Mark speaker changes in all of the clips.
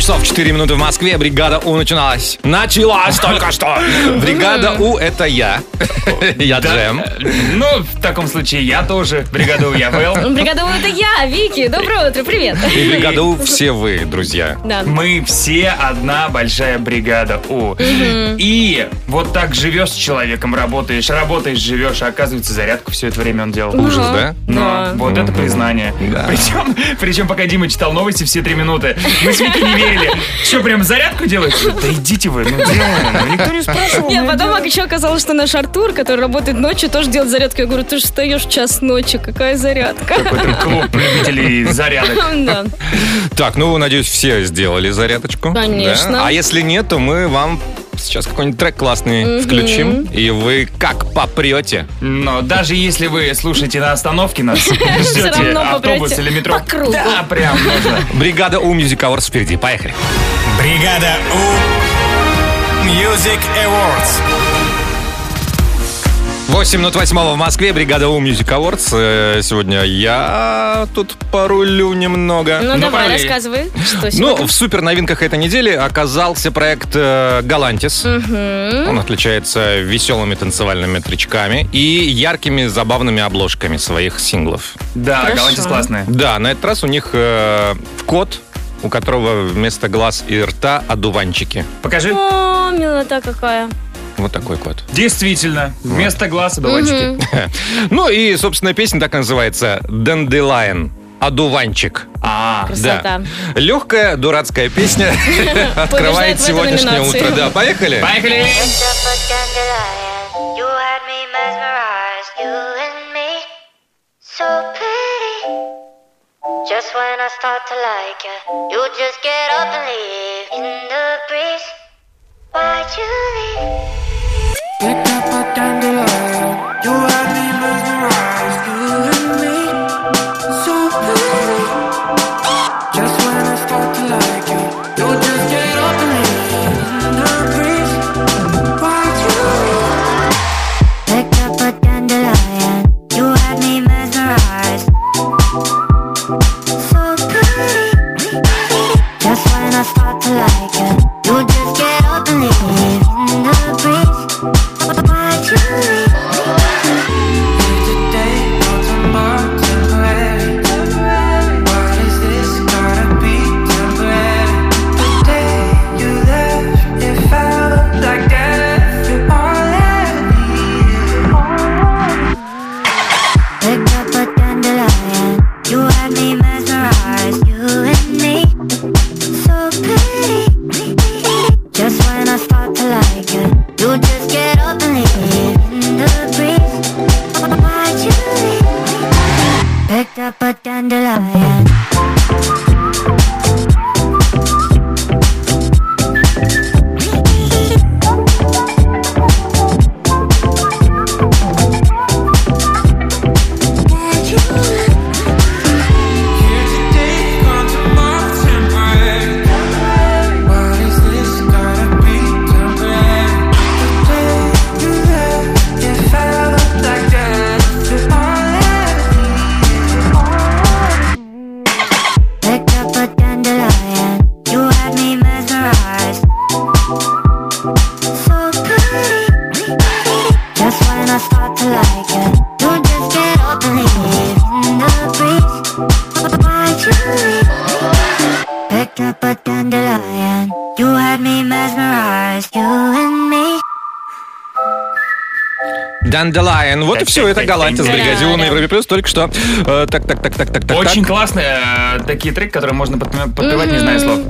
Speaker 1: часов 4 минуты в Москве. Бригада У начиналась. Началась только что. Бригада У — это я. Я Джем.
Speaker 2: Ну, в таком случае я тоже. Бригаду я был.
Speaker 3: Бригада У, Ну, это я, Вики. Доброе утро, привет.
Speaker 1: И бригада У все вы, друзья.
Speaker 3: Да.
Speaker 2: Мы все одна большая бригада У. И вот так живешь с человеком, работаешь, работаешь, живешь, а оказывается, зарядку все это время он делал.
Speaker 1: Ужас,
Speaker 3: Ага.
Speaker 1: да?
Speaker 2: Но вот это признание. Причем, причем, пока Дима читал новости все три минуты, мы с Вики не верили. Что, прям зарядку делаете? Да идите вы, ну делаем. Ну, никто не спрашивал.
Speaker 3: Нет, потом еще оказалось, что наш Артур, который работает ночью, тоже делает зарядку. Я говорю, ты же встаешь в час ночи, какая зарядка?
Speaker 2: Какой-то клуб любителей зарядок.
Speaker 3: Да.
Speaker 1: Так, ну, надеюсь, все сделали зарядочку.
Speaker 3: Конечно.
Speaker 1: Да. А если нет, то мы вам сейчас какой-нибудь трек классный включим. И вы как попрете.
Speaker 2: Но даже если вы слушаете на остановке нас,
Speaker 3: Все
Speaker 2: ждете
Speaker 3: равно
Speaker 2: автобус
Speaker 3: попрете
Speaker 2: или метро.
Speaker 3: по кругу.
Speaker 2: Да, прям нужно.
Speaker 1: Бригада У Music Awards впереди. Поехали.
Speaker 4: Бригада У. Music Awards.
Speaker 1: 8.08 в Москве, бригада У Music Awards. Э, Сегодня я тут порулю немного.
Speaker 3: Ну,
Speaker 2: Ну,
Speaker 3: давай,
Speaker 2: погоди.
Speaker 3: рассказывай, что
Speaker 1: Ну,
Speaker 3: сегодня.
Speaker 1: в супер новинках этой недели оказался проект э, «Галантис». Он отличается веселыми танцевальными тречками и яркими забавными обложками своих синглов.
Speaker 2: Да,
Speaker 3: Хорошо.
Speaker 2: Галантис классная.
Speaker 1: Да, на этот раз у них э, кот, у которого вместо глаз и рта одуванчики.
Speaker 2: Покажи.
Speaker 3: О, милота какая.
Speaker 1: Вот такой кот.
Speaker 2: Действительно, вместо глаз одуванчики.
Speaker 1: Ну и, собственно, песня так и называется «Dandelion». Одуванчик.
Speaker 2: А,
Speaker 3: Красота.
Speaker 1: Да. Легкая дурацкая песня
Speaker 3: Побеждает
Speaker 1: открывает
Speaker 3: в этой
Speaker 1: сегодняшнее
Speaker 3: номинации.
Speaker 1: утро. Да, поехали.
Speaker 2: поехали!
Speaker 5: Up a dandelion, you had me mesmerized, you and me, so pretty. Just when I start to like you, you just get up and leave in the breeze. Why'd you leave?
Speaker 6: Picked up a dandelion. You had me mesmerized. You and me, so pretty. Just when I start to like you, you just get up and leave in the breeze. Why'd you leave?
Speaker 5: Picked up a dandelion, you had me mesmerized. So pretty. Just when I start to like you, you just get up and leave in the breeze. Why'd you leave?
Speaker 6: Leave today, go tomorrow, temporary. Why is this gotta be temporary? The day you left, it felt like death. You all left me.
Speaker 5: Picked up a dandelion. You had me mesmerized. You and me, so pretty. Just when I start to like you, you just get up and leave in the breeze. Why'd you leave? Picked up a dandelion.
Speaker 6: Here today, gone tomorrow, temporary. Why is this gotta be temporary? The day you left, it felt like death. It all left me.
Speaker 5: Picked up a dandelion. You had me mesmerized. So pretty. Just when I start to like you, you just get up and leave in the breeze. Why'd you leave? Picked up a dandelion. You had me mesmerized. You and me.
Speaker 1: Dandelion. Вот и все, это Галантис
Speaker 2: Да,
Speaker 1: бригаде «У» на
Speaker 3: да.
Speaker 1: Европе Плюс только что. Э, Так, так, так, так, так, так.
Speaker 2: Очень классные э, такие треки, которые можно подпевать, подпевать, не зная слов.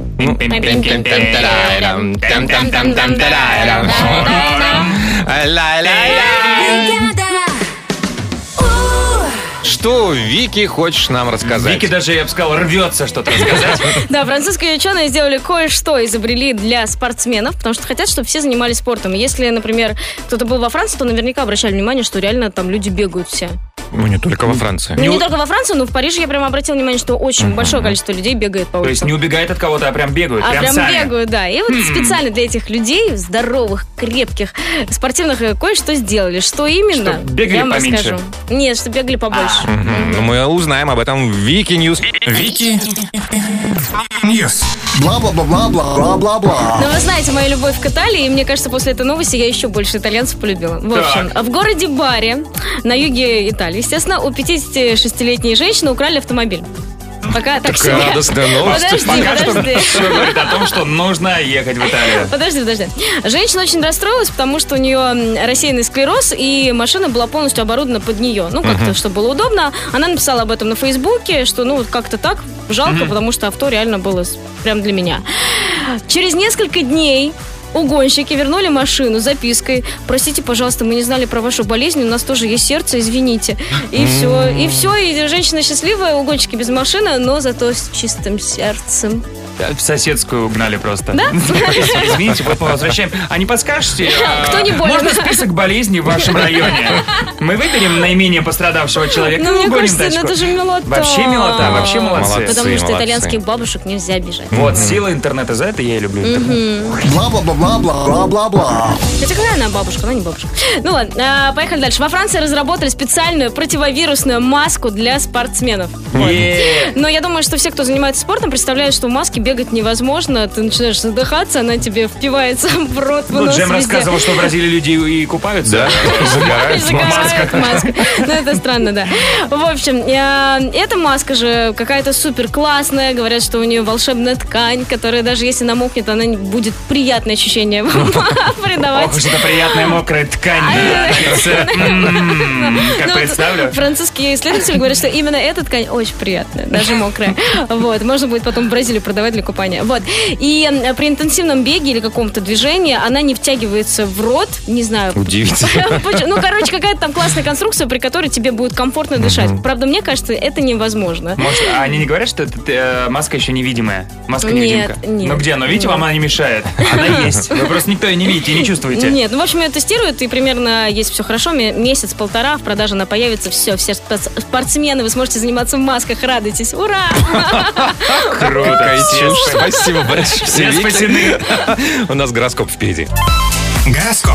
Speaker 1: Что, Вики, хочешь нам рассказать?
Speaker 2: Вики даже, я бы сказал, рвется что-то рассказать.
Speaker 3: Да, французские ученые сделали кое-что, изобрели для спортсменов, потому что хотят, чтобы все занимались спортом. Если, например, кто-то был во Франции, то наверняка обращали внимание, что реально там люди бегают все.
Speaker 1: Ну, не только во Франции.
Speaker 3: Ну, не только во Франции, но в Париже я прям обратила внимание, что очень большое количество людей бегает по
Speaker 2: То есть
Speaker 3: улицам.
Speaker 2: не убегает от кого-то, а прям бегают.
Speaker 3: А
Speaker 2: Прям
Speaker 3: прям
Speaker 2: сами. Хм.
Speaker 3: бегаю, да. И вот специально для этих людей, здоровых, крепких, спортивных, э, кое-что сделали. Что именно?
Speaker 2: Чтоб бегали
Speaker 3: я вам
Speaker 2: поменьше. А.
Speaker 3: расскажу.
Speaker 1: Ну,
Speaker 3: Нет, что бегали побольше.
Speaker 1: Мгм. Мы узнаем об этом в Вики Ньюс.
Speaker 4: Вики Ньюс.
Speaker 7: Бла-бла-бла-бла-бла-бла-бла.
Speaker 3: Но вы знаете мою любовь к Италии, и мне кажется, после этой новости я еще больше итальянцев полюбила. В общем, в городе Баре, на юге Италии, естественно, у 56-летней женщины украли автомобиль. Пока так себе.
Speaker 1: радостная новость.
Speaker 3: Подожди,
Speaker 2: Пока что
Speaker 3: подожди.
Speaker 2: все говорит о том, что нужно ехать в Италию.
Speaker 3: Подожди, подожди. Женщина очень расстроилась, потому что у нее м, рассеянный склероз, и машина была полностью оборудована под нее. Ну, как-то, чтобы было удобно. Она написала об этом на Фейсбуке, что, ну, вот как-то так жалко, потому что авто реально было с- прям для меня. Через несколько дней угонщики вернули машину с запиской «Простите, пожалуйста, мы не знали про вашу болезнь, у нас тоже есть сердце, извините». И все, и все, и женщина счастливая, угонщики без машины, но зато с чистым сердцем.
Speaker 2: Э, В соседскую угнали просто. Да? Извините, вот мы возвращаем. А не подскажете? а,
Speaker 3: Кто не болен?
Speaker 2: Можно список болезней в вашем районе? Мы выберем наименее пострадавшего человека и
Speaker 3: Ну, мне
Speaker 2: угоним
Speaker 3: кажется, ну
Speaker 2: тачку.
Speaker 3: это же милота.
Speaker 2: Вообще милота, вообще молодцы.
Speaker 1: Молодцы.
Speaker 3: Потому что
Speaker 1: молодцы.
Speaker 3: итальянских бабушек нельзя обижать.
Speaker 2: Вот, сила интернета, за это я и люблю интернет.
Speaker 7: Бла-бла-бла-бла-бла-бла-бла.
Speaker 3: Хотя какая она бабушка, она не бабушка. Ну ладно, а, поехали дальше. Во Франции разработали специальную противовирусную маску для спортсменов.
Speaker 2: Е-е-е.
Speaker 3: Но я думаю, что все, кто занимается спортом, представляют, что в маске бегать невозможно. Ты начинаешь задыхаться, она тебе впивается в рот, в
Speaker 2: Ну,
Speaker 3: нос
Speaker 2: Джем
Speaker 3: везде.
Speaker 2: рассказывал, что в Бразилии люди и купаются.
Speaker 1: Да, загорают.
Speaker 3: Загорает маска. Ну, это странно, да. В общем, э, эта маска же какая-то супер классная. Говорят, что у нее волшебная ткань, которая даже если намокнет, она не- будет приятное ощущение вам придавать.
Speaker 2: Ох уж это приятная мокрая ткань.
Speaker 3: Ай,
Speaker 2: М, Как
Speaker 3: Ну,
Speaker 2: представлю.
Speaker 3: Французские исследователи говорят, что именно эта ткань очень приятная, даже мокрая. Вот, можно будет потом в Бразилию продавать для купания. Вот. И э, при интенсивном беге или каком-то движении она не втягивается в рот, не знаю,
Speaker 1: Удивительно.
Speaker 3: Поч- Ну, короче, какая-то там классная конструкция, при которой тебе будет комфортно дышать. Правда, мне кажется, это невозможно.
Speaker 2: Может, а они не говорят, что это э, маска еще невидимая? Маска
Speaker 3: Нет,
Speaker 2: невидимка.
Speaker 3: нет.
Speaker 2: Ну где? Но видите, вам она не мешает. Она есть. Вы просто никто ее не видите и не чувствуете.
Speaker 3: Нет, ну, в общем, ее тестируют, и примерно, если все хорошо, ме- месяц-полтора в продаже она появится, все, все спа- спортсмены, вы сможете заниматься в масках, радуйтесь, ура!
Speaker 2: Круто.
Speaker 1: Чушь. Спасибо большое.
Speaker 2: Все спасены.
Speaker 1: У нас гороскоп впереди.
Speaker 4: Гороскоп.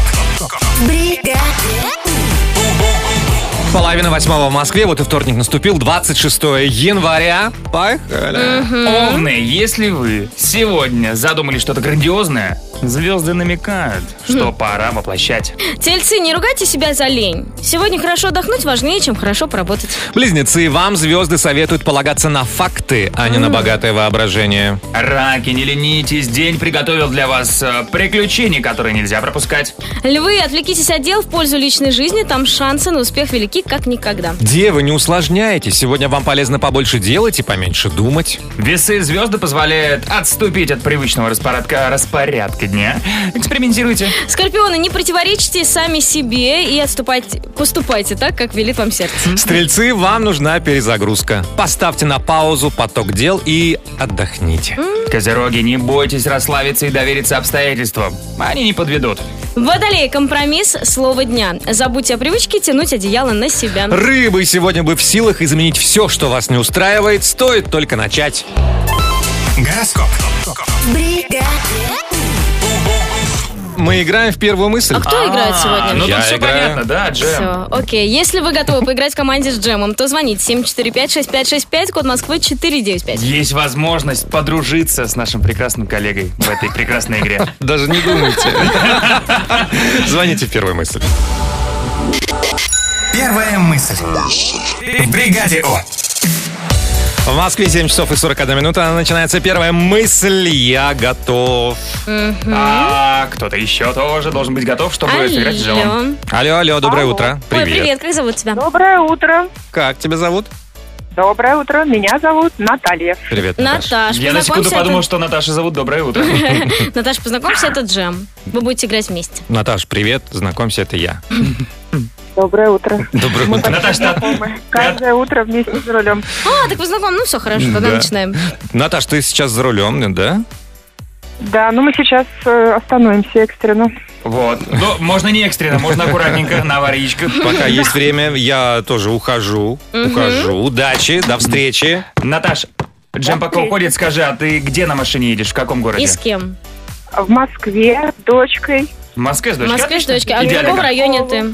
Speaker 1: Половина восьмого в Москве, вот и вторник наступил, 26 января. Поехали.
Speaker 2: Овны, если вы сегодня задумали что-то грандиозное, звезды намекают,
Speaker 3: Хм.
Speaker 2: что пора воплощать.
Speaker 3: Тельцы, не ругайте себя за лень. Сегодня хорошо отдохнуть важнее, чем хорошо поработать.
Speaker 1: Близнецы, вам звезды советуют полагаться на факты, а не на богатое воображение.
Speaker 2: Раки, не ленитесь, день приготовил для вас э, приключений, которые нельзя пропускать.
Speaker 3: Львы, отвлекитесь от дел в пользу личной жизни, там шансы на успех велики, как никогда.
Speaker 1: Девы, не усложняйте. Сегодня вам полезно побольше делать и поменьше думать.
Speaker 2: Весы звезды позволяют отступить от привычного распорядка, распорядка дня. Экспериментируйте.
Speaker 3: Скорпионы, не противоречите сами себе и отступайте, поступайте так, как велит вам сердце.
Speaker 1: Стрельцы, вам нужна перезагрузка. Поставьте на паузу поток дел и отдохните.
Speaker 2: Козероги, не бойтесь расслабиться и довериться обстоятельствам. Они не подведут.
Speaker 3: Водолей, компромисс, слово дня. Забудьте о привычке тянуть одеяло на себя.
Speaker 1: Рыбы, сегодня вы в силах изменить все, что вас не устраивает. Стоит только начать.
Speaker 4: Гороскоп.
Speaker 1: Мы играем в первую мысль.
Speaker 3: А кто играет
Speaker 2: А, ну
Speaker 3: сегодня?
Speaker 1: Я
Speaker 2: тут все
Speaker 1: играю.
Speaker 2: понятно, да, Джем?
Speaker 3: Все, окей. Если вы готовы поиграть в команде с Джемом, то звоните 745-6565, код Москвы 495.
Speaker 2: Есть возможность подружиться с нашим прекрасным коллегой в этой прекрасной игре.
Speaker 1: Даже не думайте. Звоните в первую мысль.
Speaker 4: Первая мысль. Бригаде О.
Speaker 1: В Москве 7 часов и 41 минута. Начинается первая мысль. Я готов.
Speaker 2: А кто-то еще тоже должен быть готов, чтобы сыграть с Джемом.
Speaker 3: Алло.
Speaker 1: Алло, алло, доброе утро.
Speaker 3: Ой, привет, как зовут тебя?
Speaker 8: Доброе утро.
Speaker 1: Как тебя зовут?
Speaker 8: Доброе утро. Меня зовут Наталья.
Speaker 1: Привет, Наташа.
Speaker 3: Наташ,
Speaker 2: Я на секунду
Speaker 3: познакомься, а
Speaker 2: подумал,
Speaker 3: это-
Speaker 2: что Наташа зовут Доброе утро.
Speaker 3: Наташ, познакомься, это Джем. Вы будете играть вместе.
Speaker 1: Наташ, привет. Знакомься, это я.
Speaker 8: Доброе утро.
Speaker 1: Доброе утро.
Speaker 2: Наташа, та-
Speaker 8: Каждое утро вместе за рулем.
Speaker 3: А, так вы знакомы? Ну все, хорошо, тогда
Speaker 1: Да.
Speaker 3: начинаем.
Speaker 1: Наташ, ты сейчас за рулем, да?
Speaker 8: Да, ну мы сейчас э, остановимся экстренно.
Speaker 2: вот. Ну, можно не экстренно, можно аккуратненько на аварийках.
Speaker 1: Пока есть время, я тоже ухожу. Ухожу. Удачи, до встречи.
Speaker 2: Наташ, Джем пока уходит, скажи, а ты где на машине едешь? В каком городе?
Speaker 3: И с кем?
Speaker 8: В Москве с дочкой.
Speaker 2: В Москве с
Speaker 3: В
Speaker 2: дочкой.
Speaker 3: Москве с
Speaker 2: отлично.
Speaker 3: дочкой. А в
Speaker 2: Идеально.
Speaker 3: каком районе ты?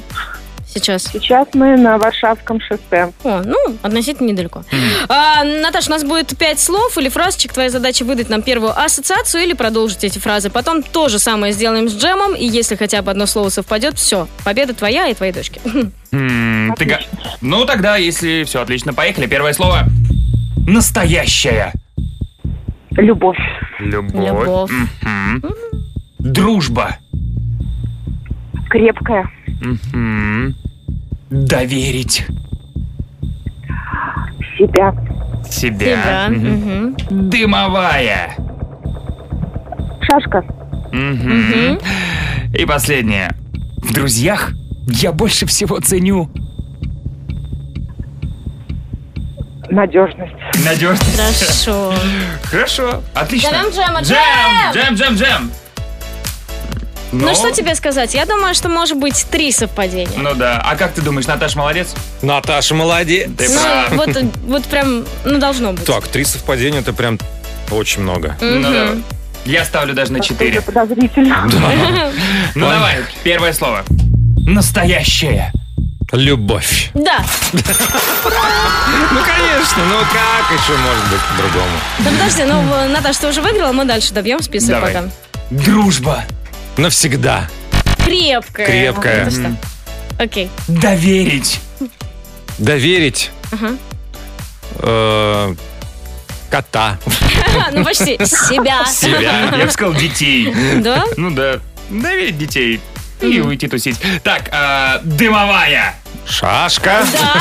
Speaker 3: сейчас?
Speaker 8: Сейчас мы на Варшавском шоссе.
Speaker 3: О, ну, относительно недалеко. А, Наташ, у нас будет пять слов или фразочек. Твоя задача выдать нам первую ассоциацию или продолжить эти фразы. Потом то же самое сделаем с джемом. И если хотя бы одно слово совпадет, все. Победа твоя и твоей дочки.
Speaker 2: М, ты га- Ну тогда, если все отлично, поехали. Первое слово. Настоящая.
Speaker 8: Любовь.
Speaker 3: Любовь.
Speaker 2: Мгм. Дружба.
Speaker 8: Крепкая.
Speaker 2: Мгм. Доверить
Speaker 8: Себя.
Speaker 2: себя.
Speaker 3: Тебя.
Speaker 2: Мгм.
Speaker 3: Мгм.
Speaker 2: Дымовая.
Speaker 8: Шашка.
Speaker 2: Мгм. И последнее. В друзьях я больше всего ценю
Speaker 8: Надежность.
Speaker 2: надежность.
Speaker 3: Хорошо.
Speaker 2: Хорошо, отлично.
Speaker 3: Джем, джем,
Speaker 2: джем, джем, джем, джем.
Speaker 3: Ну что тебе сказать? Я думаю, что может быть три совпадения.
Speaker 2: Ну да. А как ты думаешь, Наташ молодец?
Speaker 1: Наташа, молодец.
Speaker 2: Ты прав.
Speaker 3: Ну, вот, вот прям, ну, должно быть.
Speaker 1: Так, три совпадения, это прям очень много.
Speaker 2: Ну да.
Speaker 3: Мгм.
Speaker 2: Я ставлю даже на 4.
Speaker 8: Что-то Подозрительно.
Speaker 2: Ну давай, первое слово. Настоящее.
Speaker 1: Любовь.
Speaker 3: Да.
Speaker 1: Ну, конечно, ну как еще может быть по-другому?
Speaker 3: Да подожди, ну, э, Наташа, ты уже выиграла, мы дальше добьем список
Speaker 2: Давай.
Speaker 3: пока.
Speaker 2: Дружба.
Speaker 1: Навсегда.
Speaker 3: Крепкая.
Speaker 1: Крепкая.
Speaker 3: Вот это что. Окей.
Speaker 2: Доверить.
Speaker 1: Доверить.
Speaker 3: Ага.
Speaker 1: э, Кота.
Speaker 3: Ха, Ну, почти. Себя.
Speaker 2: Тебя. Я бы сказал детей.
Speaker 3: Да?
Speaker 2: Ну да. Доверить детей. И уйти тусить. Так, а, дымовая.
Speaker 1: Шашка.
Speaker 3: Да.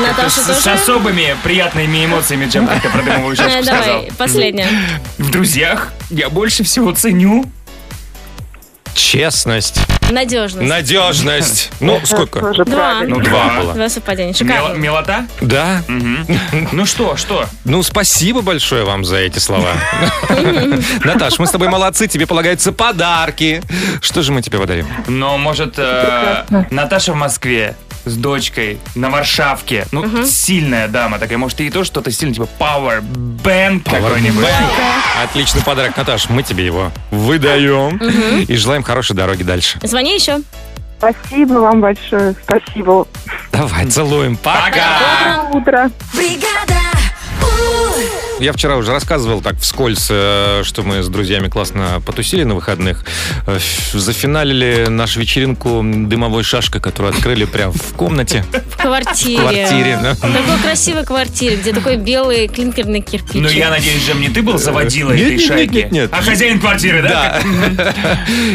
Speaker 3: Наташа
Speaker 2: С, с
Speaker 3: тоже?
Speaker 2: особыми приятными эмоциями, чем как ты про дымовую
Speaker 3: Э,
Speaker 2: шашку сказал.
Speaker 3: Давай, последняя.
Speaker 2: В друзьях я больше всего ценю
Speaker 1: Честность.
Speaker 3: Надежность.
Speaker 1: Надежность. Ну, сколько?
Speaker 8: Тоже
Speaker 3: Два.
Speaker 8: правильно.
Speaker 2: Ну,
Speaker 1: Два
Speaker 2: да.
Speaker 1: было.
Speaker 3: Два совпадения.
Speaker 2: мел-
Speaker 3: Шикарно.
Speaker 2: милота.
Speaker 1: Да.
Speaker 2: Ну что, что?
Speaker 1: Ну, спасибо большое вам за эти слова. Наташ, мы с тобой молодцы, тебе полагаются подарки. Что же мы тебе подарим?
Speaker 2: Но, может, э, Наташа в Москве с дочкой на Варшавке. Ну, сильная дама такая. Может, ей тоже что-то сильное, типа Power Bank какой-нибудь.
Speaker 1: Отличный подарок, Наташ, мы тебе его выдаем и желаем хорошей дороги дальше.
Speaker 3: Звони еще.
Speaker 8: Спасибо вам большое. Спасибо.
Speaker 1: Давай, целуем, пока!
Speaker 8: Утро.
Speaker 1: Я вчера уже рассказывал так вскользь, э, что мы с друзьями классно потусили на выходных. Э, ф- Зафиналили нашу вечеринку дымовой шашкой, которую открыли прямо в комнате,
Speaker 3: В квартире.
Speaker 1: в квартире. да.
Speaker 3: В такой красивой квартире, где такой белый клинкерный кирпич.
Speaker 2: Ну, я надеюсь, Джем, не ты был заводила
Speaker 1: Нет,
Speaker 2: этой
Speaker 1: нет, нет,
Speaker 2: шайки?
Speaker 1: нет, нет.
Speaker 2: А хозяин квартиры, да?
Speaker 1: Да.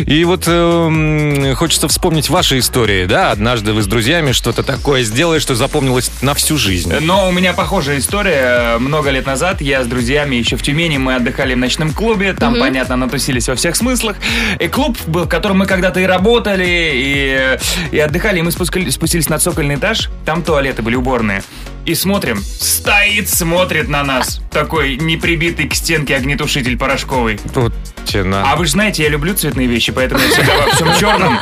Speaker 1: И вот эм, хочется вспомнить ваши истории, да? Однажды вы с друзьями что-то такое сделали, что запомнилось на всю жизнь.
Speaker 2: Но у меня похожая история. Много лет назад я с друзьями еще в Тюмени, мы отдыхали в ночном клубе, там, понятно, натусились во всех смыслах. И клуб был, в котором мы когда-то и работали, и, и отдыхали, и мы спускали- спустились на цокольный этаж, там туалеты были уборные. И смотрим, стоит, смотрит на нас такой неприбитый к стенке огнетушитель порошковый.
Speaker 1: Вот те на-
Speaker 2: А вы же знаете, я люблю цветные вещи, поэтому я всегда во всем черном.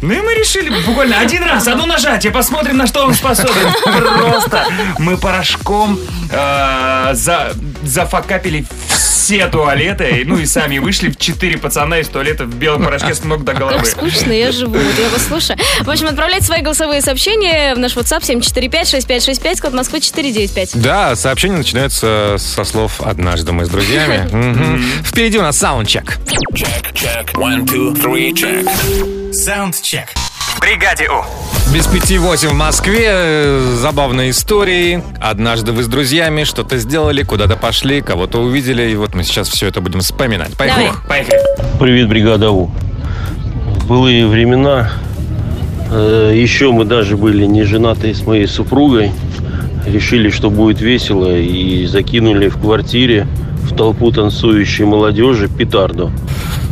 Speaker 2: Ну и мы решили буквально один раз, одно нажатие, посмотрим, на что он способен. Просто мы порошком э, за, зафакапили все туалеты, ну и сами вышли в четыре пацана из туалета в белом порошке с ног до головы.
Speaker 3: Как скучно, я живу, вот я вас слушаю. В общем, отправляйте свои голосовые сообщения в наш WhatsApp 745-6565, код Москвы 495.
Speaker 1: Да, сообщение начинается со слов «Однажды мы с друзьями». Мгм. Впереди у нас саундчек.
Speaker 4: Саундчек. В бригаде У.
Speaker 1: Без пяти восемь в Москве. Э, Забавные истории. Однажды вы с друзьями что-то сделали, куда-то пошли, кого-то увидели. И вот мы сейчас все это будем вспоминать. Поехали.
Speaker 3: Давай.
Speaker 2: Поехали.
Speaker 7: Привет, бригада У. В былые времена, э, еще мы даже были не женаты с моей супругой, решили, что будет весело, и закинули в квартире в толпу танцующей молодежи петарду.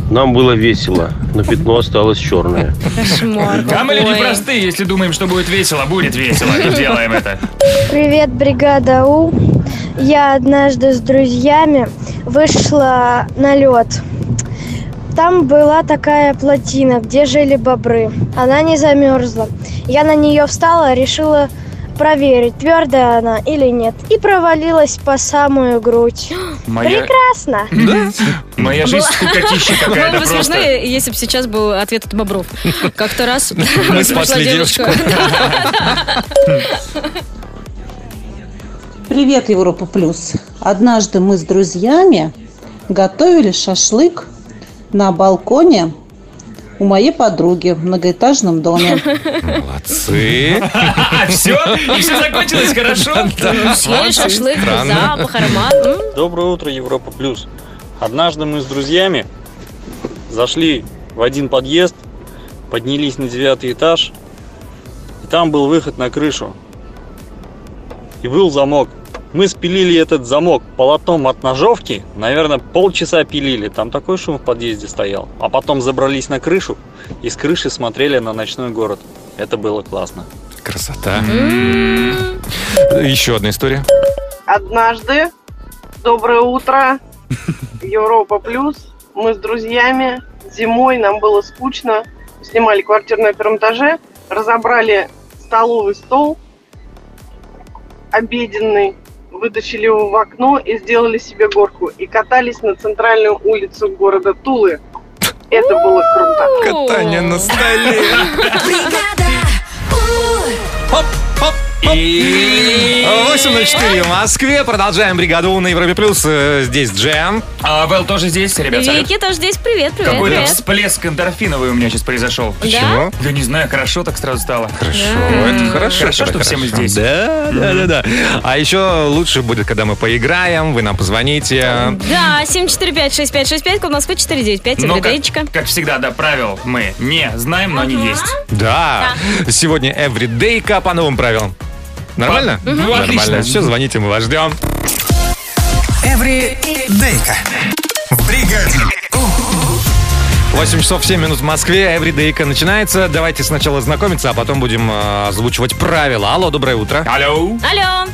Speaker 7: Нам было весело, но пятно осталось черное.
Speaker 3: Кошмар.
Speaker 2: А мы люди
Speaker 3: какой.
Speaker 2: простые, если думаем, что будет весело, будет весело, и делаем это.
Speaker 9: Привет, бригада У. Я однажды с друзьями вышла на лед. Там была такая плотина, где жили бобры. Она не замерзла. Я на нее встала, решила
Speaker 5: проверить, твердая она или нет. И провалилась по самую грудь.
Speaker 2: Моя,
Speaker 5: Прекрасно.
Speaker 1: Да?
Speaker 2: моя жизнь скукотища
Speaker 3: Было
Speaker 2: какая-то
Speaker 3: бы
Speaker 2: просто.
Speaker 3: смешно, если бы сейчас был ответ от Бобров. Как-то раз
Speaker 1: Мы
Speaker 3: пришла
Speaker 1: спасли
Speaker 3: девушка.
Speaker 1: девушку.
Speaker 7: Привет, Европа Плюс. Однажды мы с друзьями готовили шашлык на балконе у моей подруги в многоэтажном доме.
Speaker 1: Молодцы.
Speaker 2: А, все? И все закончилось хорошо?
Speaker 3: Съели шашлык,
Speaker 1: Странно.
Speaker 3: запах, аромат. М.
Speaker 6: Доброе утро, Европа Плюс. Однажды мы с друзьями зашли в один подъезд, поднялись на девятый этаж, и там был выход на крышу. И был замок. Мы спилили этот замок полотном от ножовки, наверное, полчаса пилили, там такой шум в подъезде стоял. А потом забрались на крышу и с крыши смотрели на ночной город. Это было классно.
Speaker 1: Красота. Еще одна история.
Speaker 10: Однажды, доброе утро, Европа Плюс, мы с друзьями, зимой нам было скучно, снимали квартиру на первом этаже, разобрали столовый стол обеденный, вытащили его в окно и сделали себе горку. И катались на центральную улицу города Тулы. Это было круто.
Speaker 1: Катание на столе. Оп, оп.
Speaker 2: И...
Speaker 1: 8.04 в Москве. Продолжаем бригаду на Европе Плюс. Э, Здесь Джем.
Speaker 2: А Вэл тоже здесь, ребят? салют.
Speaker 3: Вики тоже здесь. Привет, привет,
Speaker 2: Какой-то
Speaker 3: привет.
Speaker 2: всплеск эндорфиновый у меня сейчас произошел.
Speaker 3: Да?
Speaker 1: Чего?
Speaker 2: Я не знаю, хорошо так сразу стало.
Speaker 1: Хорошо, это хорошо.
Speaker 2: Хорошо,
Speaker 1: это
Speaker 2: что все мы
Speaker 1: хорошо.
Speaker 2: здесь.
Speaker 1: Да, да, да, да. А еще лучше будет, когда мы поиграем, вы нам позвоните.
Speaker 3: Да, 745-6565, код Москвы 495,
Speaker 2: Но
Speaker 3: Игорь
Speaker 2: как,
Speaker 3: Гаечка.
Speaker 2: как всегда, да, правил мы не знаем, но они есть.
Speaker 1: Да. Сегодня эвридейка по новым правилам. Нормально?
Speaker 2: По- Мгм. Ну,
Speaker 1: Нормально.
Speaker 2: отлично.
Speaker 1: Все, звоните, мы вас ждем.
Speaker 11: Эври Дейка. В бригаде.
Speaker 1: 8 часов 7 минут в Москве. Эвридейка начинается. Давайте сначала знакомиться, а потом будем э, озвучивать правила. Алло, доброе утро.
Speaker 2: Алло.
Speaker 3: Алло.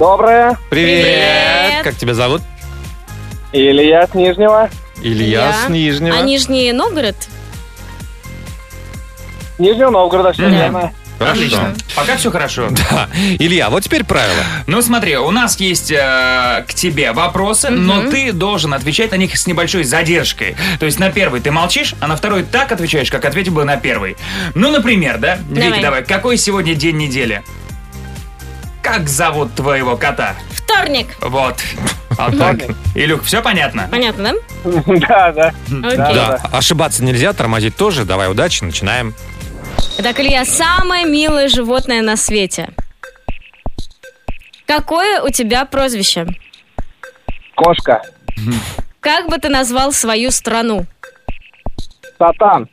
Speaker 12: Доброе.
Speaker 3: Привет.
Speaker 1: Как тебя зовут?
Speaker 12: Илья с Нижнего.
Speaker 1: Илья с Нижнего.
Speaker 3: А Нижний Новгород?
Speaker 12: Нижнего Новгорода, все верно.
Speaker 1: Хорошо.
Speaker 2: Отлично. Пока все хорошо.
Speaker 1: Да. Илья, вот теперь правила.
Speaker 2: Ну смотри, у нас есть э, к тебе вопросы, но ты должен отвечать на них с небольшой задержкой. То есть на первый ты молчишь, а на второй так отвечаешь, как ответил бы на первый. Ну, например, да?
Speaker 3: Давай.
Speaker 2: Вики, давай, какой сегодня день недели? Как зовут твоего кота?
Speaker 3: Вторник.
Speaker 2: Вот. А так. Илюх, все понятно?
Speaker 3: Понятно,
Speaker 12: Да, да.
Speaker 3: да? Окей.
Speaker 1: Да. Ошибаться нельзя, тормозить тоже. Давай, удачи, начинаем.
Speaker 3: Итак, Илья, самое милое животное на свете. Какое у тебя прозвище?
Speaker 12: Кошка.
Speaker 3: Как бы ты назвал свою страну?
Speaker 12: Сатан.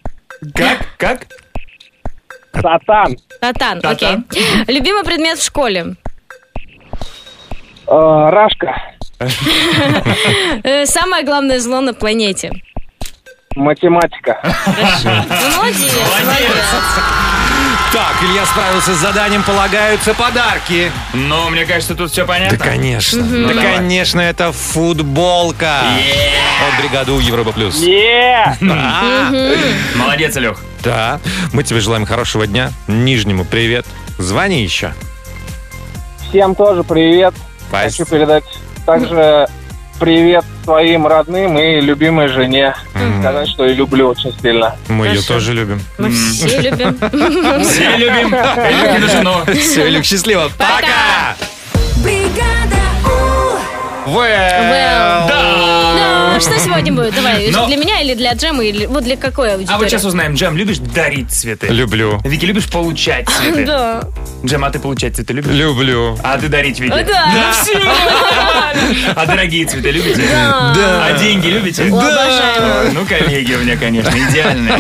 Speaker 2: Как? Как?
Speaker 12: Сатан.
Speaker 3: Татан, окей.
Speaker 2: Татан.
Speaker 3: Любимый предмет в школе?
Speaker 12: Э, Рашка.
Speaker 3: Э, Самое главное зло на планете?
Speaker 12: Математика.
Speaker 3: Ну, молодец, молодец.
Speaker 1: Так, Илья справился с заданием, полагаются подарки.
Speaker 2: Ну, мне кажется, тут все
Speaker 1: Да,
Speaker 2: понятно.
Speaker 1: конечно.
Speaker 2: Ну,
Speaker 1: Да,
Speaker 2: давай.
Speaker 1: конечно, это футболка. От бригаду Европа Плюс.
Speaker 12: Е!
Speaker 1: Да.
Speaker 3: Mm-hmm.
Speaker 2: Молодец, Илюх.
Speaker 1: Да. Мы тебе желаем хорошего дня. Нижнему привет. Звони еще.
Speaker 12: Всем тоже привет.
Speaker 1: Пас.
Speaker 12: Хочу передать также привет своим родным и любимой жене. Сказать, что и люблю очень сильно.
Speaker 1: Мы ее
Speaker 3: Хорошо.
Speaker 1: тоже любим.
Speaker 3: Мы все любим.
Speaker 2: Все любим Илюхину жену.
Speaker 1: Все, Илюк, счастливо. Пока! Well.
Speaker 3: Well.
Speaker 2: Да.
Speaker 3: Ну, что сегодня будет? Давай,
Speaker 2: Но-
Speaker 3: для меня или для Джема, или вот для какой аудитории?
Speaker 2: А вот сейчас узнаем, Джем, любишь дарить цветы?
Speaker 1: Люблю.
Speaker 2: Вики, любишь получать цветы?
Speaker 3: Да.
Speaker 2: Джем, а ты получать цветы любишь?
Speaker 1: Люблю.
Speaker 2: А ты дарить Вики?
Speaker 3: Да. Ну Да.
Speaker 2: Ну А дорогие цветы любите? А деньги любите?
Speaker 3: Обожаю.
Speaker 2: Ну, коллеги у меня, конечно, идеальные.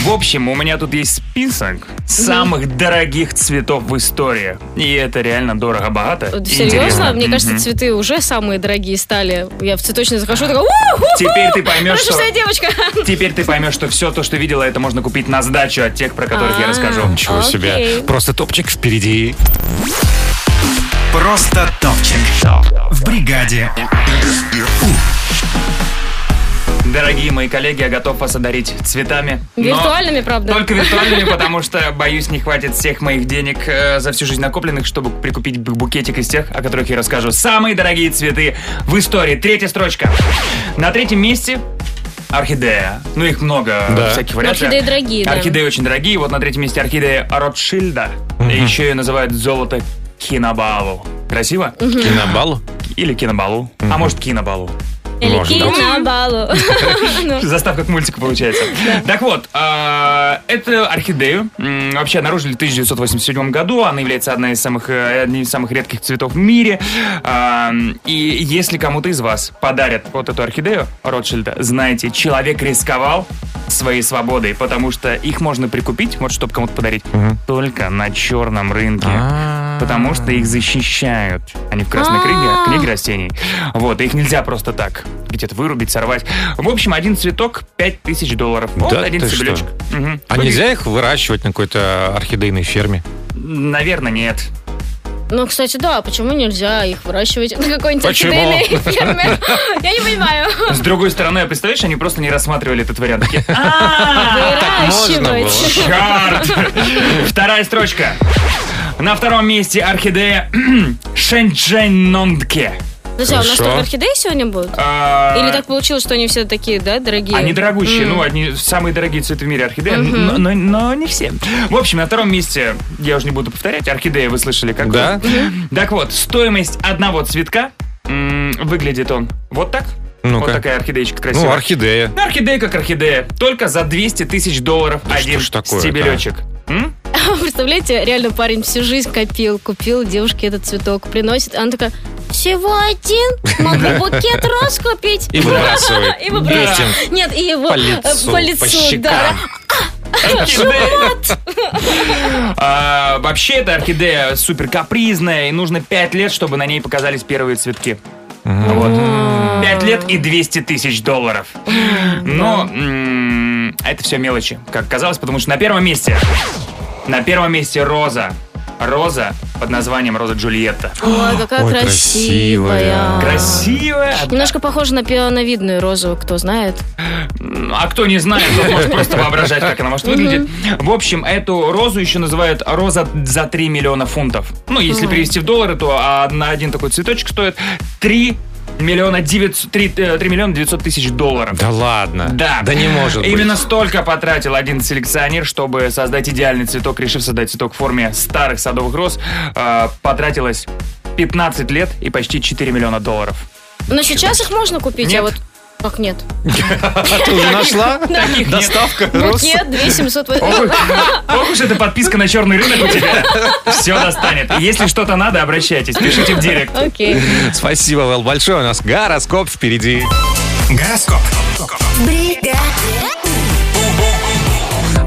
Speaker 2: В общем, у меня тут есть список самых дорогих цветов в истории. И это реально дорого-богато. и
Speaker 3: Серьезно?
Speaker 2: интересно.
Speaker 3: Мне кажется,
Speaker 2: Мгм.
Speaker 3: цветы уже самые дорогие стали. Я в цветочный захожу, такая, «У-ху-ху!
Speaker 2: Теперь ты поймешь, что...
Speaker 3: Хорошая девочка.
Speaker 2: Теперь ты поймешь, что все то, что видела, это можно купить на сдачу от тех, про которых я
Speaker 3: А.
Speaker 2: расскажу.
Speaker 1: Ничего себе.
Speaker 3: Окей.
Speaker 1: Просто топчик впереди.
Speaker 11: Просто топчик. В бригаде.
Speaker 2: Дорогие мои коллеги, я готов вас одарить цветами. но
Speaker 3: Виртуальными, правда?
Speaker 2: Только виртуальными, потому что, боюсь, не хватит всех моих денег э, за всю жизнь накопленных, чтобы прикупить бу- букетик из тех, о которых я расскажу. Самые дорогие цветы в истории. Третья строчка. На третьем месте орхидея. Ну, их много
Speaker 1: Да.
Speaker 2: всяких
Speaker 1: Ну,
Speaker 2: вариаций.
Speaker 3: орхидеи дорогие, да.
Speaker 2: Орхидеи очень дорогие. Вот на третьем месте орхидея Ротшильда. Еще ее называют золото Кинабалу. Красиво?
Speaker 3: Мгм.
Speaker 1: Кинобалу?
Speaker 2: Или кинобалу. А может, кинобалу.
Speaker 3: Или
Speaker 2: Может, да.
Speaker 3: кинобалу. Ну,
Speaker 2: Заставка к мультику получается. Так вот, а, эту орхидею м, вообще обнаружили в 1987 году. Она является одной из самых, э, одним из самых редких цветов в мире. А, И если кому-то из вас подарят вот эту орхидею Ротшильда, знаете, человек рисковал своей свободой, потому что их можно прикупить, вот чтобы кому-то подарить, только на черном рынке.
Speaker 1: А.
Speaker 2: Потому что их защищают. Они в
Speaker 3: А.
Speaker 2: красной книге, а,
Speaker 1: А-а-а.
Speaker 2: книге растений. Вот, их нельзя просто так где-то вырубить, сорвать. В общем, один цветок 5000 долларов. Вот
Speaker 1: Да
Speaker 2: один
Speaker 1: ты что?
Speaker 2: цветочек. Мгм.
Speaker 1: А нельзя их выращивать на какой-то орхидейной ферме?
Speaker 2: Наверное, нет.
Speaker 3: Ну, кстати, да, почему нельзя их выращивать на какой-нибудь
Speaker 2: Почему?
Speaker 3: орхидейной ферме? Я не понимаю.
Speaker 2: С другой стороны, а представляешь, они просто не рассматривали этот вариант. Такие, А, Черт! Вторая строчка. На втором месте орхидея Шэньчжэньнондке.
Speaker 3: Подожди, а у нас только орхидеи сегодня будут?
Speaker 2: А,
Speaker 3: Или так получилось, что они все такие, да, дорогие?
Speaker 2: Они дорогущие,
Speaker 3: М.
Speaker 2: ну, одни самые дорогие цветы в мире орхидеи,
Speaker 3: Мгм.
Speaker 2: но, но- но не все. В общем, на втором месте, я уже не буду повторять, орхидея вы слышали, как
Speaker 1: Да.
Speaker 3: Mm-hmm.
Speaker 2: Так вот, стоимость одного цветка, м, выглядит он вот так.
Speaker 1: Ну-ка.
Speaker 2: Вот такая орхидеечка красивая.
Speaker 1: Ну, орхидея.
Speaker 2: Ну, орхидея как орхидея, только за 200 тысяч долларов один
Speaker 1: что ж такое-то, а?
Speaker 2: стебелечек.
Speaker 3: Представляете, реально парень всю жизнь копил, купил девушке этот цветок, приносит, она такая, всего один? Могу букет роз купить.
Speaker 1: И выбрасывает.
Speaker 3: И выбрасывает.
Speaker 1: Детям.
Speaker 3: Нет, и его
Speaker 1: По
Speaker 3: э,
Speaker 1: лицу,
Speaker 3: по
Speaker 1: по
Speaker 3: лицу, да.
Speaker 1: щекам.
Speaker 2: А, Вообще, эта орхидея супер капризная, и нужно 5 лет, чтобы на ней показались первые цветки. Вот. 5 лет и 200 тысяч долларов. Но м, это все мелочи, как казалось, потому что на первом месте, на первом месте роза. Роза под названием Роза Джульетта.
Speaker 3: Ой, какая
Speaker 2: Ой, красивая.
Speaker 3: красивая.
Speaker 2: Красивая?
Speaker 3: Немножко похожа на пионовидную розу, кто знает.
Speaker 2: А кто не знает, тот может просто воображать, как она может выглядеть. В общем, эту розу еще называют роза за 3 миллиона фунтов. Ну, если
Speaker 1: Ой.
Speaker 2: перевести в доллары, то а на один такой цветочек стоит 3 миллиона 900, 3, миллиона 900 тысяч долларов.
Speaker 1: Да ладно.
Speaker 2: Да.
Speaker 1: Да не может быть.
Speaker 2: Именно столько потратил один селекционер, чтобы создать идеальный цветок, решив создать цветок в форме старых садовых роз. э, Потратилось 15 лет и почти 4 миллиона долларов.
Speaker 3: Но сейчас их можно купить, а вот как нет?
Speaker 2: А
Speaker 1: ты уже нашла?
Speaker 2: Таких Доставка?
Speaker 1: Ну,
Speaker 3: Букет 2700...
Speaker 2: Ох уж эта подписка на черный рынок у тебя. Все достанет. Если что-то надо, обращайтесь. Пишите в директ.
Speaker 3: Окей.
Speaker 1: Спасибо, Вэл, большое. У нас гороскоп впереди. Гороскоп.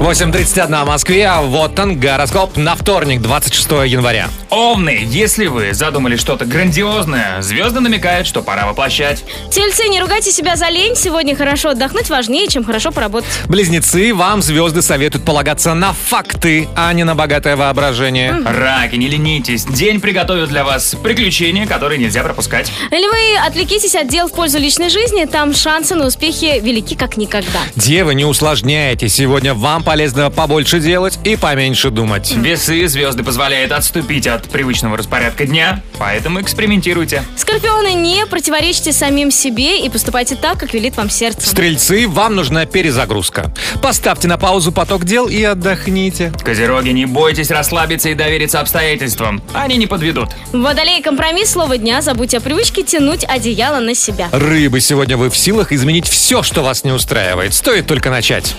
Speaker 1: 8.31 в Москве, а вот он, гороскоп на вторник, 26 января.
Speaker 2: Овны, если вы задумали что-то грандиозное, звезды намекают, что пора воплощать.
Speaker 3: Тельцы, не ругайте себя за лень. Сегодня хорошо отдохнуть важнее, чем хорошо поработать.
Speaker 1: Близнецы, вам звезды советуют полагаться на факты, а не на богатое воображение.
Speaker 2: Раки, не ленитесь. День приготовил для вас приключения, которые нельзя пропускать.
Speaker 3: Львы, отвлекитесь от дел в пользу личной жизни. Там шансы на успехи велики как никогда.
Speaker 1: Девы, не усложняйте. Сегодня вам полезно побольше делать и поменьше думать.
Speaker 2: Весы звезды позволяют отступить от привычного распорядка дня, поэтому экспериментируйте.
Speaker 3: Скорпионы, не противоречите самим себе и поступайте так, как велит вам сердце.
Speaker 1: Стрельцы, вам нужна перезагрузка. Поставьте на паузу поток дел и отдохните.
Speaker 2: Козероги, не бойтесь расслабиться и довериться обстоятельствам. Они не подведут.
Speaker 3: Водолей, компромисс, слово дня. Забудьте о привычке тянуть одеяло на себя.
Speaker 1: Рыбы, сегодня вы в силах изменить все, что вас не устраивает. Стоит только начать.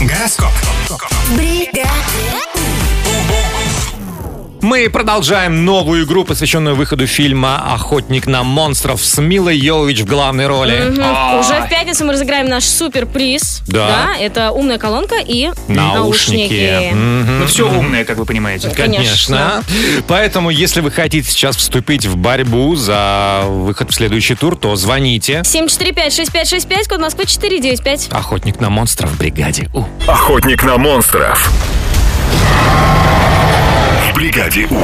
Speaker 1: Гороскоп. Мы продолжаем новую игру, посвященную выходу фильма «Охотник на монстров» с Милой Йович в главной роли.
Speaker 3: Мгм.
Speaker 1: А,
Speaker 3: Уже в пятницу мы разыграем наш супер приз.
Speaker 1: Да.
Speaker 3: это умная колонка и
Speaker 1: Наушники.
Speaker 2: Ну, все умное, как вы понимаете.
Speaker 1: Конечно. Поэтому, если вы хотите сейчас вступить в борьбу за выход в следующий тур, то звоните.
Speaker 3: 745-6565, код Москвы 495.
Speaker 1: Охотник на монстров в бригаде. У.
Speaker 13: Охотник на монстров. В бригаде У.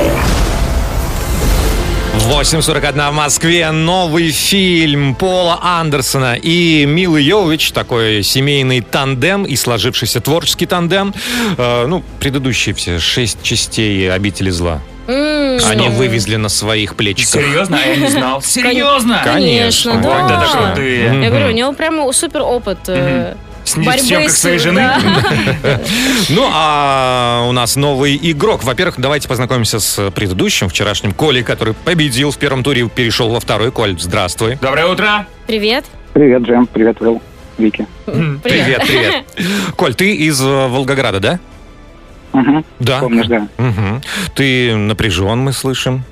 Speaker 1: 8.41 в Москве. Новый фильм Пола Андерсона и Милы Йовович. Такой семейный тандем и сложившийся творческий тандем. Э, ну, предыдущие все шесть частей «Обители зла». Они вывезли на своих плечиках.
Speaker 2: Серьезно? А я не знал. Серьезно?
Speaker 1: Конечно,
Speaker 3: Конечно,
Speaker 1: вот
Speaker 3: да.
Speaker 1: это крутые.
Speaker 3: Я говорю, у него прямо супер опыт э,
Speaker 2: С ней в съемках своей жены?
Speaker 1: Ну, а у нас новый игрок. Во-первых, давайте познакомимся с предыдущим, вчерашним Колей, который победил в первом туре и перешел во второй. Коль, здравствуй.
Speaker 2: Доброе утро.
Speaker 3: Привет.
Speaker 14: Привет, Джем. Привет, Вилл. Вики.
Speaker 1: Привет, привет. Коль, ты из э, Волгограда, да? Да.
Speaker 14: Помнишь, да.
Speaker 1: Мгм. Ты напряжен, мы слышим.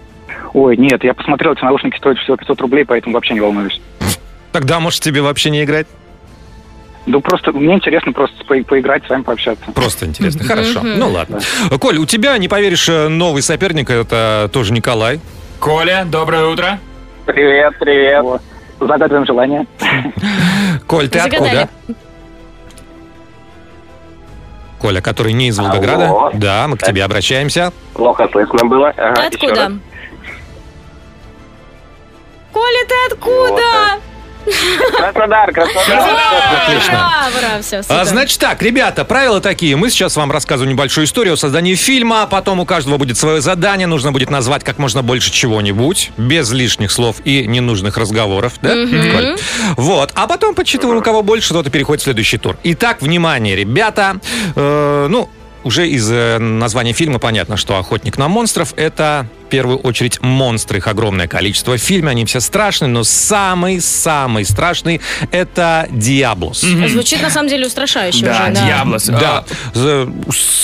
Speaker 14: Ой, нет, я посмотрел, эти наушники стоят всего 500 рублей, поэтому вообще не волнуюсь.
Speaker 1: Тогда, может, тебе вообще не играть?
Speaker 14: Да просто, мне интересно просто по- поиграть, с вами пообщаться.
Speaker 1: Просто интересно. Хорошо. Ну ладно. Коль, у тебя, не поверишь, э, новый соперник, это тоже Николай.
Speaker 2: Коля, доброе утро.
Speaker 14: Привет, привет. Загадываем желание.
Speaker 1: Коль, ты
Speaker 14: Загадали.
Speaker 1: откуда? Коля, который не из Волгограда.
Speaker 15: Алло.
Speaker 1: Да, мы к тебе обращаемся.
Speaker 15: Плохо слышно было. Ага,
Speaker 1: А,
Speaker 3: Ты
Speaker 15: еще раз.
Speaker 3: откуда? Коля, ты откуда?
Speaker 14: Краснодар,
Speaker 3: Краснодар.
Speaker 1: Отлично.
Speaker 3: Ура, ура, все,
Speaker 1: А,
Speaker 3: супер.
Speaker 1: значит так, ребята, правила такие. Мы сейчас вам рассказываем небольшую историю о создании фильма, а потом у каждого будет свое задание, нужно будет назвать как можно больше чего-нибудь, без лишних слов и ненужных разговоров, да,
Speaker 16: Мгм.
Speaker 1: Коль? Вот, а потом подсчитываем, у кого больше, тот и переходит в следующий тур. Итак, внимание, ребята, Э, ну, уже из э, названия фильма понятно, что «Охотник на монстров» — это в первую очередь монстры. Их огромное количество в фильме, они все страшны, но самый-самый страшный — это «Диаблос».
Speaker 3: Звучит на самом деле устрашающе
Speaker 1: Да,
Speaker 3: уже.
Speaker 1: Диаблос.
Speaker 2: А,
Speaker 1: Да. За- а,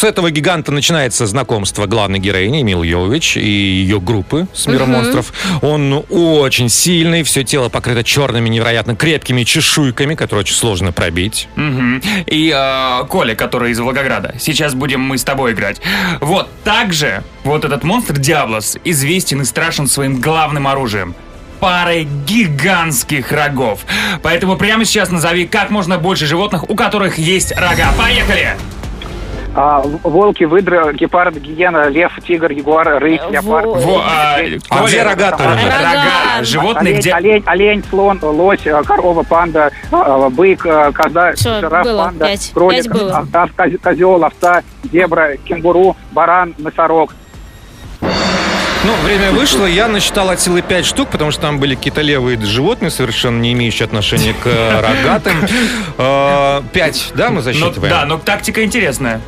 Speaker 1: С этого гиганта начинается знакомство главной героини Эмил Йович и ее группы с миром
Speaker 16: Мгм.
Speaker 1: монстров. Он очень сильный, все тело покрыто черными, невероятно крепкими чешуйками, которые очень сложно пробить.
Speaker 2: Мгм. И э, Коля, который из Волгограда. Сейчас будем мы с тобой играть. Вот также вот этот монстр Диаблос известен и страшен своим главным оружием парой гигантских рогов. Поэтому прямо сейчас назови как можно больше животных, у которых есть рога. Поехали!
Speaker 14: А, в- волки, выдры, гепард, гиена, лев, тигр, ягуар, рысь,
Speaker 3: Э,
Speaker 14: леопард.
Speaker 2: Во, а, Коля,
Speaker 1: где рога-то у них?
Speaker 2: Рога животных,
Speaker 14: олень,
Speaker 2: где-
Speaker 14: Олень, олень, слон, лось, э, корова, панда, э, бык, э, коза, жираф,
Speaker 3: было,
Speaker 14: панда,
Speaker 3: пять.
Speaker 14: кролик, а,
Speaker 3: Пять было.
Speaker 14: овца, коз- козел, овца, зебра, кенгуру, баран, носорог.
Speaker 1: Ну, время вышло, я насчитал от силы 5 штук, потому что там были какие-то левые животные, совершенно не имеющие отношения к э, рогатым. 5, да, мы
Speaker 2: Ну,
Speaker 1: засчитываем?
Speaker 2: да, но тактика интересная.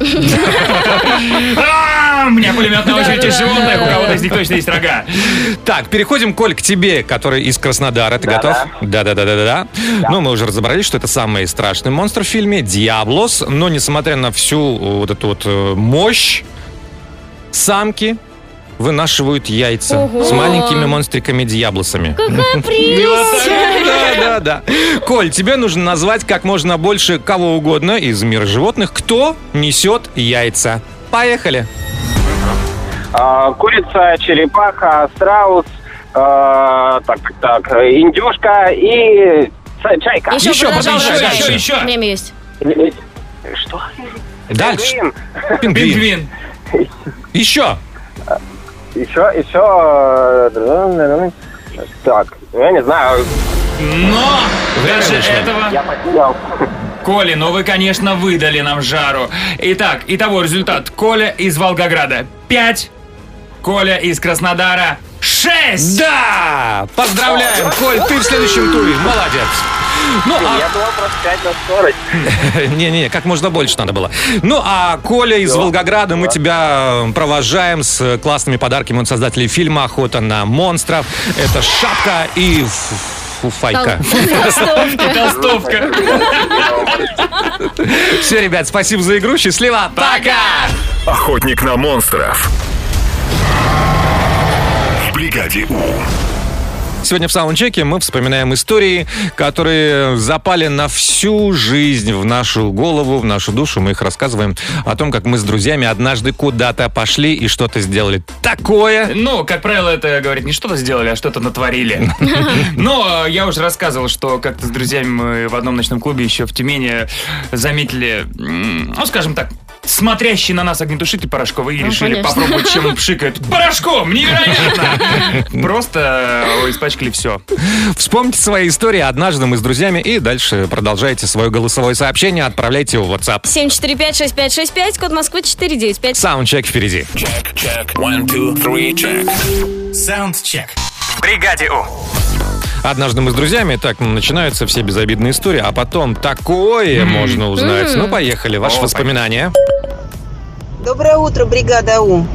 Speaker 2: А, У меня пулемет на очереди
Speaker 1: Да-да-да-да-да.
Speaker 2: животных, у кого-то из них точно есть рога.
Speaker 1: Так, переходим, Коль, к тебе, который из Краснодара. Ты готов? Да-да-да-да-да. Ну, мы уже разобрались, что это самый страшный монстр в фильме Диаблос. Но, несмотря на всю вот эту вот э, мощь, самки вынашивают яйца
Speaker 16: Ого.
Speaker 1: с маленькими монстриками-диаблосами.
Speaker 16: Какая прелесть!
Speaker 1: Да, да, да. Коль, тебе нужно назвать как можно больше кого угодно из мира животных, кто несет яйца. Поехали.
Speaker 15: А, курица, черепаха, страус, а, так, так, так, индюшка и ца- чайка.
Speaker 3: Еще, продолжал, продолжал. Время есть.
Speaker 15: Э, Что?
Speaker 3: А
Speaker 1: Дальше.
Speaker 15: Пингвин.
Speaker 1: Еще.
Speaker 15: Еще, еще... Так, я не знаю.
Speaker 2: Но даже
Speaker 15: вышло.
Speaker 2: этого... Коля, ну вы, конечно, выдали нам жару. Итак, итого результат. Коля из Волгограда 5, Коля из Краснодара 6!
Speaker 1: Да! Поздравляем, Коль, ты в следующем туре. Молодец. Ну,
Speaker 15: Я думал просто 5 на скорость.
Speaker 1: Не-не, как можно больше надо было. Ну, а Коля из Волгограда, мы тебя э, провожаем с э, классными подарками от создателей фильма «Охота на монстров». Это шапка и фу- фуфайка.
Speaker 2: И толстовка.
Speaker 1: Все, ребят, спасибо за игру. Счастливо. Пока!
Speaker 13: Охотник на монстров. В бригаде У.
Speaker 1: Сегодня в саундчеке мы вспоминаем истории, которые запали на всю жизнь в нашу голову, в нашу душу. Мы их рассказываем о том, как мы с друзьями однажды куда-то пошли и что-то сделали. Такое.
Speaker 2: Ну, как правило, это говорит не что-то сделали, а что-то натворили. Но э, я уже рассказывал, что как-то с друзьями мы в одном ночном клубе еще в Тюмени заметили, м, ну, скажем так, смотрящий на нас огнетушитель порошковый и
Speaker 6: Ну,
Speaker 2: решили
Speaker 6: конечно.
Speaker 2: попробовать, чем он пшикает. Порошком! Невероятно! Просто э, испачкали все.
Speaker 1: Вспомните свои истории однажды мы с друзьями и дальше продолжайте свое голосовое сообщение, отправляйте его в WhatsApp.
Speaker 3: 745-6565, код Москвы 495.
Speaker 1: Саундчек впереди.
Speaker 4: Саундчек. В бригаде У.
Speaker 1: Однажды мы с друзьями, так ну, начинаются все безобидные истории, а потом такое можно узнать.
Speaker 16: М.
Speaker 1: Ну, поехали, ваши воспоминания.
Speaker 16: Доброе утро, бригада У.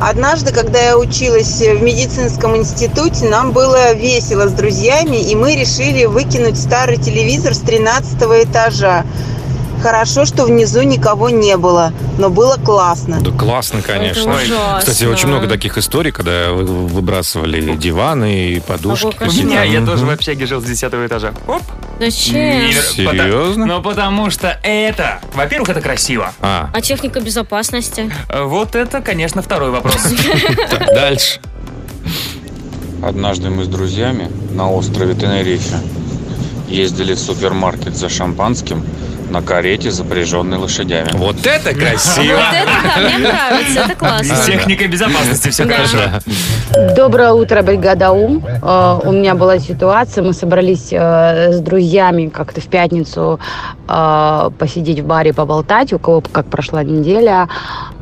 Speaker 16: Однажды, когда я училась в медицинском институте, нам было весело с друзьями, и мы решили выкинуть старый телевизор с 13 этажа. Хорошо, что внизу никого не было, но было классно.
Speaker 1: Да классно, конечно.
Speaker 16: Это ужасно.
Speaker 1: Кстати, очень много таких историй, когда вы- выбрасывали диваны и подушки.
Speaker 2: У меня, я тоже в
Speaker 1: Мгм.
Speaker 2: общаге жил с 10 этажа. Оп.
Speaker 3: Ну, Зачем?
Speaker 1: Серьезно?
Speaker 2: Ну, потому что это, во-первых, это красиво.
Speaker 1: А.
Speaker 3: А техника безопасности?
Speaker 2: Э, Вот это, конечно, второй вопрос.
Speaker 1: Дальше.
Speaker 17: Однажды мы с друзьями на острове Тенерифе ездили в супермаркет за шампанским на карете, запряженной лошадями.
Speaker 1: Вот это
Speaker 6: красиво!
Speaker 18: Вот это да, мне нравится, это классно.
Speaker 2: С техникой безопасности все
Speaker 18: Да.
Speaker 2: хорошо.
Speaker 18: Доброе утро, бригада У. Э, У меня была ситуация, мы собрались э, с друзьями как-то в пятницу э, посидеть в баре, поболтать, у кого как прошла неделя.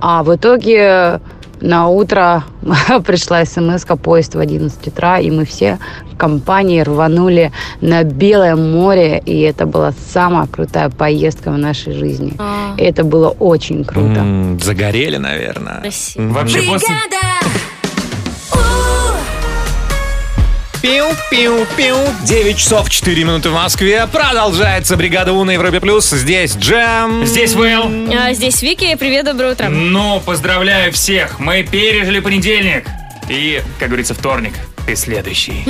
Speaker 18: А в итоге на утро пришла смс поезд в 11 утра, и мы все в компании рванули на Белое море, и это была самая крутая поездка в нашей жизни. И это было очень круто.
Speaker 1: М, Загорели, наверное.
Speaker 3: Красиво.
Speaker 1: Вообще после... Пиу-пиу-пиу. 9 часов 4 минуты в Москве. Продолжается бригада У на Европе Плюс. Здесь Джем.
Speaker 2: Здесь Вэл.
Speaker 3: А, здесь Вики, привет, доброе утро.
Speaker 2: Ну, поздравляю всех. Мы пережили понедельник. И, как говорится, вторник. Ты следующий.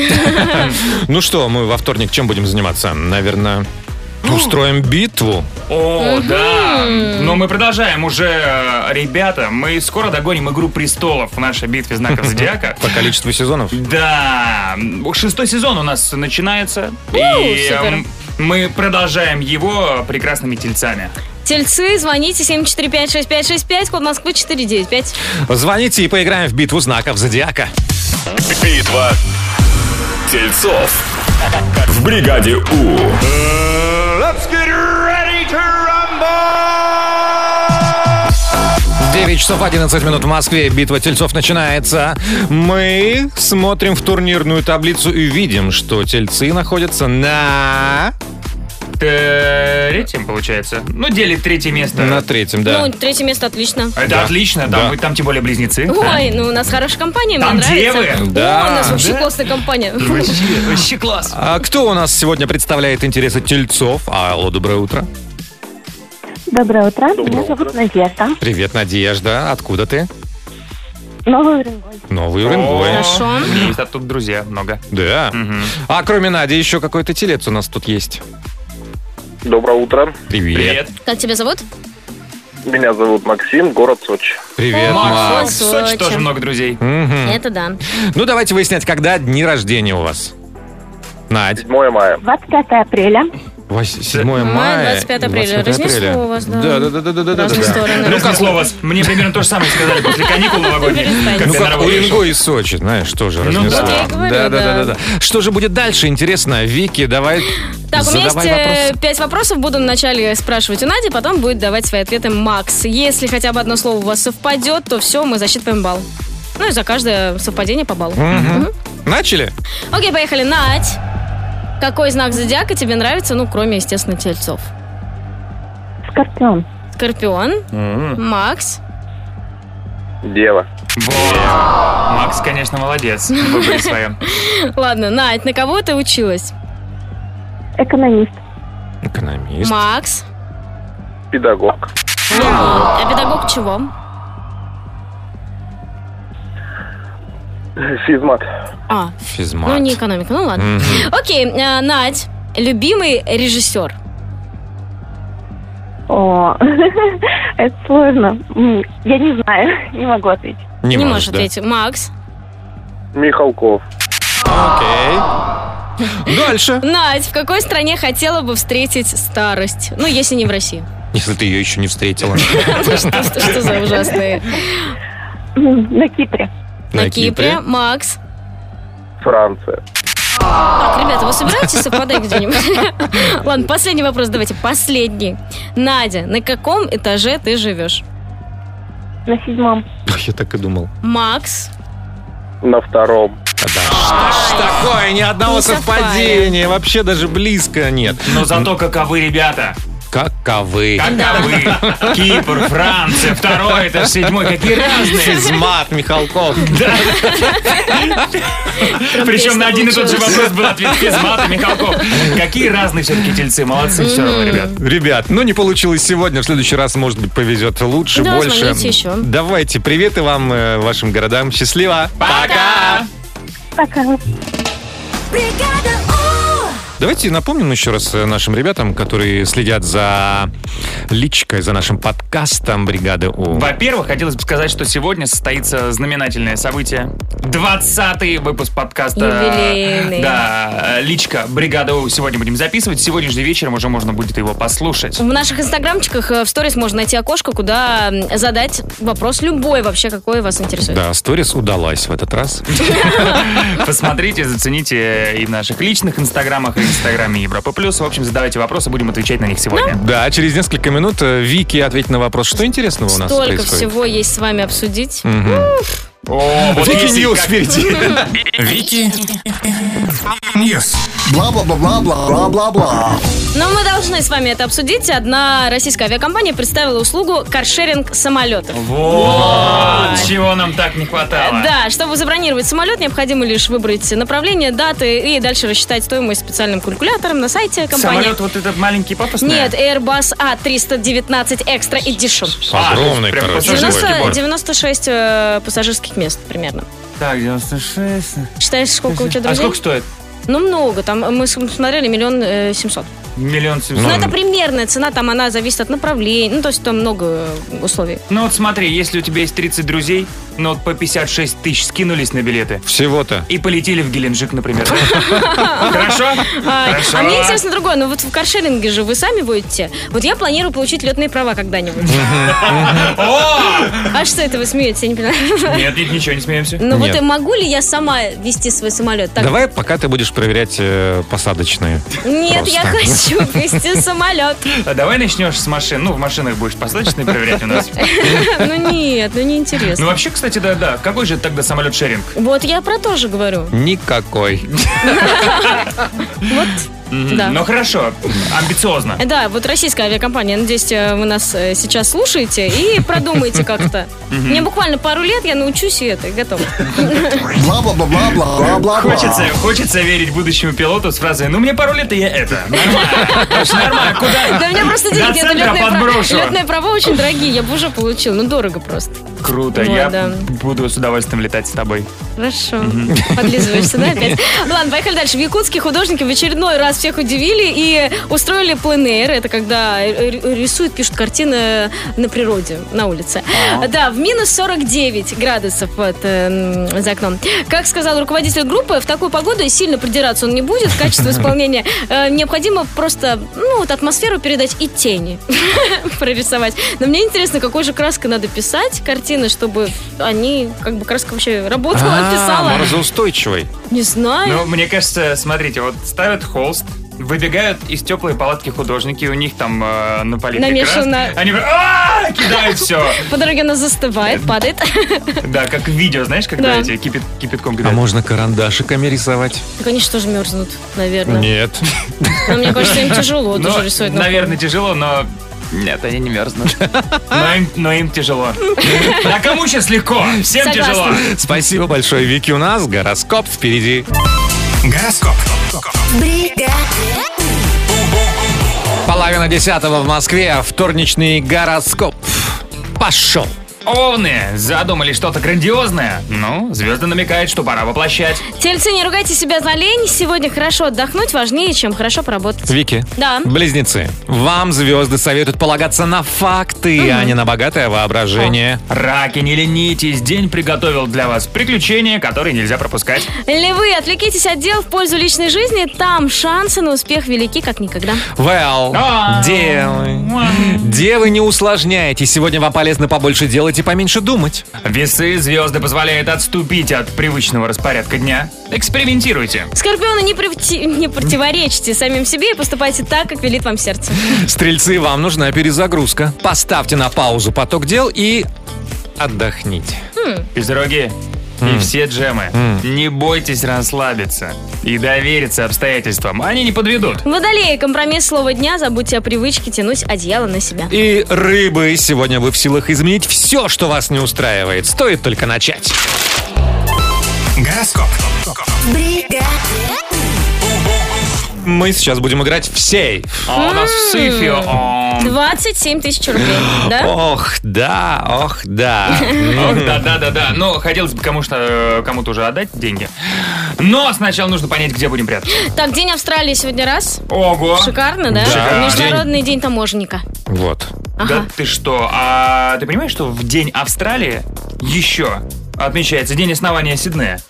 Speaker 1: Ну что, мы во вторник чем будем заниматься? Наверное, устроим битву.
Speaker 2: О,
Speaker 1: Мгм.
Speaker 2: да. Но мы продолжаем уже, э, ребята. Мы скоро догоним «Игру престолов» в нашей битве знаков зодиака.
Speaker 1: По количеству сезонов.
Speaker 2: Да, шестой сезон у нас начинается.
Speaker 3: У,
Speaker 2: И
Speaker 3: супер.
Speaker 2: эм, мы продолжаем его прекрасными тельцами.
Speaker 3: Тельцы, звоните 745-6565, код Москвы 495.
Speaker 1: Звоните и поиграем в битву знаков зодиака.
Speaker 13: Битва тельцов в бригаде У.
Speaker 6: Let's get ready to rumble!
Speaker 1: 9 часов 11 минут в Москве. Битва тельцов начинается. Мы смотрим в турнирную таблицу и видим, что тельцы находятся на...
Speaker 2: э, Третьим, получается. Ну, делит третье место.
Speaker 1: На третьем, да.
Speaker 3: Ну, третье место отлично.
Speaker 2: Это
Speaker 1: Да.
Speaker 2: отлично, там,
Speaker 1: Да.
Speaker 2: вы- там тем более близнецы.
Speaker 3: Ой, ну у нас хорошая компания,
Speaker 2: Там
Speaker 3: мне нравится.
Speaker 2: девы.
Speaker 1: Да.
Speaker 3: О, у нас вообще
Speaker 1: Да.
Speaker 3: классная компания.
Speaker 2: Вообще, вообще класс.
Speaker 1: А кто у нас сегодня представляет интересы тельцов? Алло, доброе утро.
Speaker 19: Доброе утро. Меня зовут Надежда.
Speaker 1: Привет, Надежда. Откуда ты?
Speaker 19: Новый Уренгой.
Speaker 1: Новый Уренгой.
Speaker 2: Хорошо. У меня есть, а тут друзья много.
Speaker 1: Да. А кроме Нади еще какой-то телец у нас тут есть.
Speaker 15: Доброе утро.
Speaker 1: Привет.
Speaker 3: Как тебя зовут?
Speaker 15: Меня зовут Максим, город Сочи.
Speaker 1: Привет,
Speaker 2: Макс.
Speaker 1: Макс.
Speaker 2: В Сочи тоже много друзей.
Speaker 1: Мгм.
Speaker 3: Это да.
Speaker 1: Ну, давайте выяснять, когда дни рождения у вас. Надь.
Speaker 15: 7 мая.
Speaker 19: 25 апреля.
Speaker 1: 7
Speaker 3: Мая,
Speaker 1: мая.
Speaker 3: 25
Speaker 1: 25
Speaker 3: апреля.
Speaker 1: апреля.
Speaker 3: Разнесло вас, да.
Speaker 1: Да, да, да, да, да, да, да.
Speaker 3: Разные
Speaker 1: да.
Speaker 3: стороны.
Speaker 1: Ну, как
Speaker 2: Разнесло вас. Мне примерно то же самое сказали после каникул новогодних.
Speaker 3: Перестань.
Speaker 1: Ну,
Speaker 2: Когда на
Speaker 1: как
Speaker 2: работу
Speaker 1: Уринго и Сочи, знаешь, тоже
Speaker 2: Ну,
Speaker 1: разнесло.
Speaker 2: да.
Speaker 3: Вот я и говорю,
Speaker 1: да, да,
Speaker 3: да.
Speaker 1: да, да. Что же будет дальше, интересно? Вики, давай
Speaker 3: Так, у меня есть
Speaker 1: задавай
Speaker 3: э,
Speaker 1: вопрос.
Speaker 3: пять вопросов. Буду вначале спрашивать у Нади, потом будет давать свои ответы Макс. Если хотя бы одно слово у вас совпадет, то все, мы засчитываем балл. Ну и за каждое совпадение по баллу.
Speaker 1: Мгм.
Speaker 3: Мгм.
Speaker 1: Начали?
Speaker 3: Окей, поехали. Надь, какой знак зодиака тебе нравится, ну, кроме, естественно, тельцов?
Speaker 19: Скорпион.
Speaker 3: Скорпион, Макс.
Speaker 15: Дева.
Speaker 2: Макс, конечно, молодец. в выборе своем.
Speaker 3: Ладно, Надь, на кого ты училась?
Speaker 19: Экономист.
Speaker 1: Экономист.
Speaker 3: Макс.
Speaker 15: Педагог.
Speaker 3: А педагог чего?
Speaker 15: Физмат.
Speaker 3: А,
Speaker 1: Физмат.
Speaker 3: ну не экономика, ну ладно.
Speaker 1: Мгм.
Speaker 3: Окей, э, Надь, любимый режиссер?
Speaker 19: О, это сложно. М, Я не знаю, не могу ответить.
Speaker 1: Не,
Speaker 3: можешь ответить. Макс.
Speaker 15: Михалков.
Speaker 1: Окей. Дальше.
Speaker 3: Надь, в какой стране хотела бы встретить старость? Ну, если не в России.
Speaker 1: Если ты ее еще не встретила.
Speaker 3: Ну, Что что- что за ужасные?
Speaker 19: На Кипре.
Speaker 3: На Кипре. Макс.
Speaker 15: Франция.
Speaker 3: Так, ребята, вы собираетесь совпадать где-нибудь? Ладно, последний вопрос давайте. Последний. Надя, на каком этаже ты живешь?
Speaker 19: На седьмом.
Speaker 1: Я так и думал.
Speaker 3: Макс.
Speaker 15: На втором.
Speaker 1: Такое, ни одного
Speaker 3: Не совпали.
Speaker 1: совпадения. Вообще даже близко нет.
Speaker 2: Но зато каковы ребята.
Speaker 1: Каковы.
Speaker 2: Каковы. Кипр, Франция, второй этаж, седьмой. Какие разные.
Speaker 1: Физмат Михалков.
Speaker 2: Причем на один и тот же вопрос был ответ физмат и Михалков. Какие разные все-таки тельцы. Молодцы все равно, ребят.
Speaker 1: Ребят, ну не получилось сегодня. В следующий раз, может быть, повезет лучше,
Speaker 3: Да,
Speaker 1: больше.
Speaker 3: Ну, звоните еще.
Speaker 1: Давайте приветы вам, э, вашим городам. Счастливо.
Speaker 3: Пока!
Speaker 19: Пока.
Speaker 1: Давайте напомним еще раз э, нашим ребятам, которые следят за личкой, за нашим подкастом «Бригады У».
Speaker 2: Во-первых, хотелось бы сказать, что сегодня состоится знаменательное событие. 20-й выпуск подкаста.
Speaker 3: Юбилейный.
Speaker 2: Да, личка бригада У сегодня будем записывать. Сегодня же вечером уже можно будет его послушать.
Speaker 3: В наших инстаграмчиках э, в сторис можно найти окошко, куда м, задать вопрос любой вообще, какой вас интересует.
Speaker 1: Да, сторис удалась в этот раз.
Speaker 2: Посмотрите, зацените и в наших личных инстаграмах, и в инстаграме Европа Плюс. В общем, задавайте вопросы, будем отвечать на них
Speaker 3: Ну,
Speaker 2: сегодня.
Speaker 1: Да, через несколько минут э, Вики ответит на вопрос, что интересного у нас
Speaker 3: Столько
Speaker 1: происходит.
Speaker 3: всего есть с вами обсудить.
Speaker 1: Мгм.
Speaker 2: вот
Speaker 1: Вики
Speaker 2: если
Speaker 1: Ньюс
Speaker 2: как-
Speaker 1: впереди.
Speaker 4: Вики Ньюс. Бла-бла-бла-бла-бла-бла-бла.
Speaker 3: Но мы должны с вами это обсудить. Одна российская авиакомпания представила услугу каршеринг самолетов.
Speaker 2: Вот чего нам так не хватало.
Speaker 3: Да, чтобы забронировать самолет, необходимо лишь выбрать направление, даты и дальше рассчитать стоимость специальным калькулятором на сайте компании.
Speaker 2: Самолет вот этот маленький папостный?
Speaker 3: ну, Нет, Airbus A319 Extra Edition.
Speaker 2: А,
Speaker 1: Огромный,
Speaker 2: прям
Speaker 1: короче.
Speaker 3: 90
Speaker 1: такой.
Speaker 3: 96 э, пассажирских мест примерно.
Speaker 2: Так, 96.
Speaker 3: Считаешь, сколько у тебя друзей?
Speaker 2: А сколько стоит?
Speaker 3: Ну, много. Там э, мы с- смотрели миллион э, семьсот.
Speaker 2: Миллион
Speaker 3: Но
Speaker 2: семьсот.
Speaker 3: это примерная цена, там она зависит от направления. Ну, то есть там много э, условий.
Speaker 2: Ну вот смотри, если у тебя есть 30 друзей, ну вот по 56 тысяч скинулись на билеты.
Speaker 1: Всего-то.
Speaker 2: И полетели в Геленджик, например. Хорошо?
Speaker 3: А,
Speaker 2: Хорошо.
Speaker 3: а мне интересно другое. Ну, вот в каршеринге же вы сами будете. Вот я планирую получить летные права когда-нибудь.
Speaker 2: О!
Speaker 3: А что это вы смеетесь? Я не понимаю.
Speaker 2: Нет, нет, ничего, не смеемся.
Speaker 3: Ну вот
Speaker 1: Нет.
Speaker 3: и могу ли я сама вести свой самолет? Так,
Speaker 1: Давай, пока ты будешь проверять э, посадочные.
Speaker 3: Нет, я
Speaker 1: Просто.
Speaker 3: хочу вести самолет.
Speaker 2: А давай начнешь с машин. Ну, в машинах будешь посадочные проверять у нас.
Speaker 3: Ну нет, ну
Speaker 2: Ну
Speaker 3: неинтересно.
Speaker 2: вообще, кстати, да, да. Какой же тогда самолет шеринг?
Speaker 3: Вот я про то же говорю.
Speaker 1: Никакой.
Speaker 3: Вот Да.
Speaker 2: Ну хорошо, амбициозно.
Speaker 3: Э, Да, вот российская авиакомпания. Надеюсь, э, вы нас э, сейчас слушаете и продумаете как-то.
Speaker 2: Мгм.
Speaker 3: Мне буквально пару лет, я научусь и это, и готова.
Speaker 4: Бла-бла-бла-бла-бла-бла-бла.
Speaker 2: Хочется, хочется верить будущему пилоту с фразой «Ну мне пару лет, и я это». Нормально. Уж Нормально. Куда?
Speaker 3: Да у меня просто денег
Speaker 2: До
Speaker 3: нет.
Speaker 2: центра
Speaker 3: Летные,
Speaker 2: подброшу.
Speaker 3: права, летные права очень дорогие, я бы уже получил, ну дорого просто.
Speaker 2: Круто,
Speaker 3: Вот,
Speaker 2: я
Speaker 3: да.
Speaker 2: буду с удовольствием летать с тобой.
Speaker 3: Хорошо. Подлизываешься, да, опять? Ну Ладно, поехали дальше. В Якутске художники в очередной раз всех удивили и устроили пленэйр. Это когда р- р- рисуют, пишут картины на природе, на улице. Да, в минус 49 градусов вот, э, м, за окном. Как сказал руководитель группы, в такую погоду сильно придираться он не будет. Качество исполнения э, необходимо просто, ну, вот атмосферу передать и тени прорисовать. Но мне интересно, какой же краской надо писать картины, чтобы они, как бы краска вообще работала, писала.
Speaker 1: А, морозоустойчивый.
Speaker 3: Не знаю.
Speaker 2: Ну, мне кажется, смотрите, вот ставят холст, выбегают из теплой палатки художники, у них там э, на палитре
Speaker 3: Намешано.
Speaker 2: краски. Они говорят, «А-а-а!» кидают все.
Speaker 3: По дороге она
Speaker 2: Э.
Speaker 3: застывает, падает.
Speaker 2: Да, как в видео, знаешь, когда
Speaker 3: Да.
Speaker 2: эти кипят, кипятком
Speaker 1: А
Speaker 2: кидают.
Speaker 1: можно карандашиками рисовать?
Speaker 3: Так они что же мерзнут, наверное.
Speaker 1: Нет.
Speaker 3: Но мне кажется, им тяжело
Speaker 2: Ну,
Speaker 3: тоже рисовать. на
Speaker 2: Наверное, тяжело, но... Нет, они не мерзнут. Но им, но им тяжело. А кому сейчас легко? Всем
Speaker 3: Согласна.
Speaker 2: тяжело.
Speaker 1: Спасибо большое, Вики. У нас гороскоп впереди.
Speaker 4: Гороскоп.
Speaker 1: Половина десятого в Москве. Вторничный гороскоп. а Пошел.
Speaker 2: Овны задумали что-то грандиозное. Ну, звезды намекают, что пора воплощать.
Speaker 3: Тельцы, не ругайте себя за лень. Сегодня хорошо отдохнуть важнее, чем хорошо поработать.
Speaker 1: Вики.
Speaker 3: Да.
Speaker 1: Близнецы. Вам звезды советуют полагаться на факты, а не на богатое воображение.
Speaker 2: Раки, не ленитесь. День приготовил для вас приключения, которые нельзя пропускать.
Speaker 3: Львы, отвлекитесь от дел в пользу личной жизни. Там шансы на успех велики, как никогда.
Speaker 1: Well, девы. Девы, не усложняйте. Сегодня вам полезно побольше делать и поменьше думать.
Speaker 2: Весы звезды позволяют отступить от привычного распорядка дня. Экспериментируйте.
Speaker 3: Скорпионы, не, привти- не противоречите самим себе и поступайте так, как велит вам сердце.
Speaker 1: Стрельцы, вам нужна перезагрузка. Поставьте на паузу поток дел и отдохните.
Speaker 3: Хм.
Speaker 2: Бездороги и
Speaker 1: М.
Speaker 2: все джемы.
Speaker 1: М.
Speaker 2: Не бойтесь расслабиться и довериться обстоятельствам. Они не подведут.
Speaker 3: Водолеи, компромисс слова дня, забудьте о привычке тянуть одеяло на себя.
Speaker 1: И рыбы, сегодня вы в силах изменить все, что вас не устраивает. Стоит только начать.
Speaker 4: Гороскоп.
Speaker 6: Бригада.
Speaker 1: Мы сейчас будем играть в сейф.
Speaker 2: А у нас в сейфе,
Speaker 3: 27 тысяч рублей, да?
Speaker 1: Ох, да, ох, да. Ну,
Speaker 2: Ох, да, да, да, да. Но хотелось бы кому-то, э, кому-то уже отдать деньги. Но сначала нужно понять, где будем прятаться.
Speaker 3: Так, День Австралии сегодня раз.
Speaker 2: Ого.
Speaker 3: Шикарно, да?
Speaker 2: Да.
Speaker 3: Международный день таможенника.
Speaker 1: Вот.
Speaker 2: Да ты что? А ты понимаешь, что в день Австралии еще отмечается день основания Сиднея?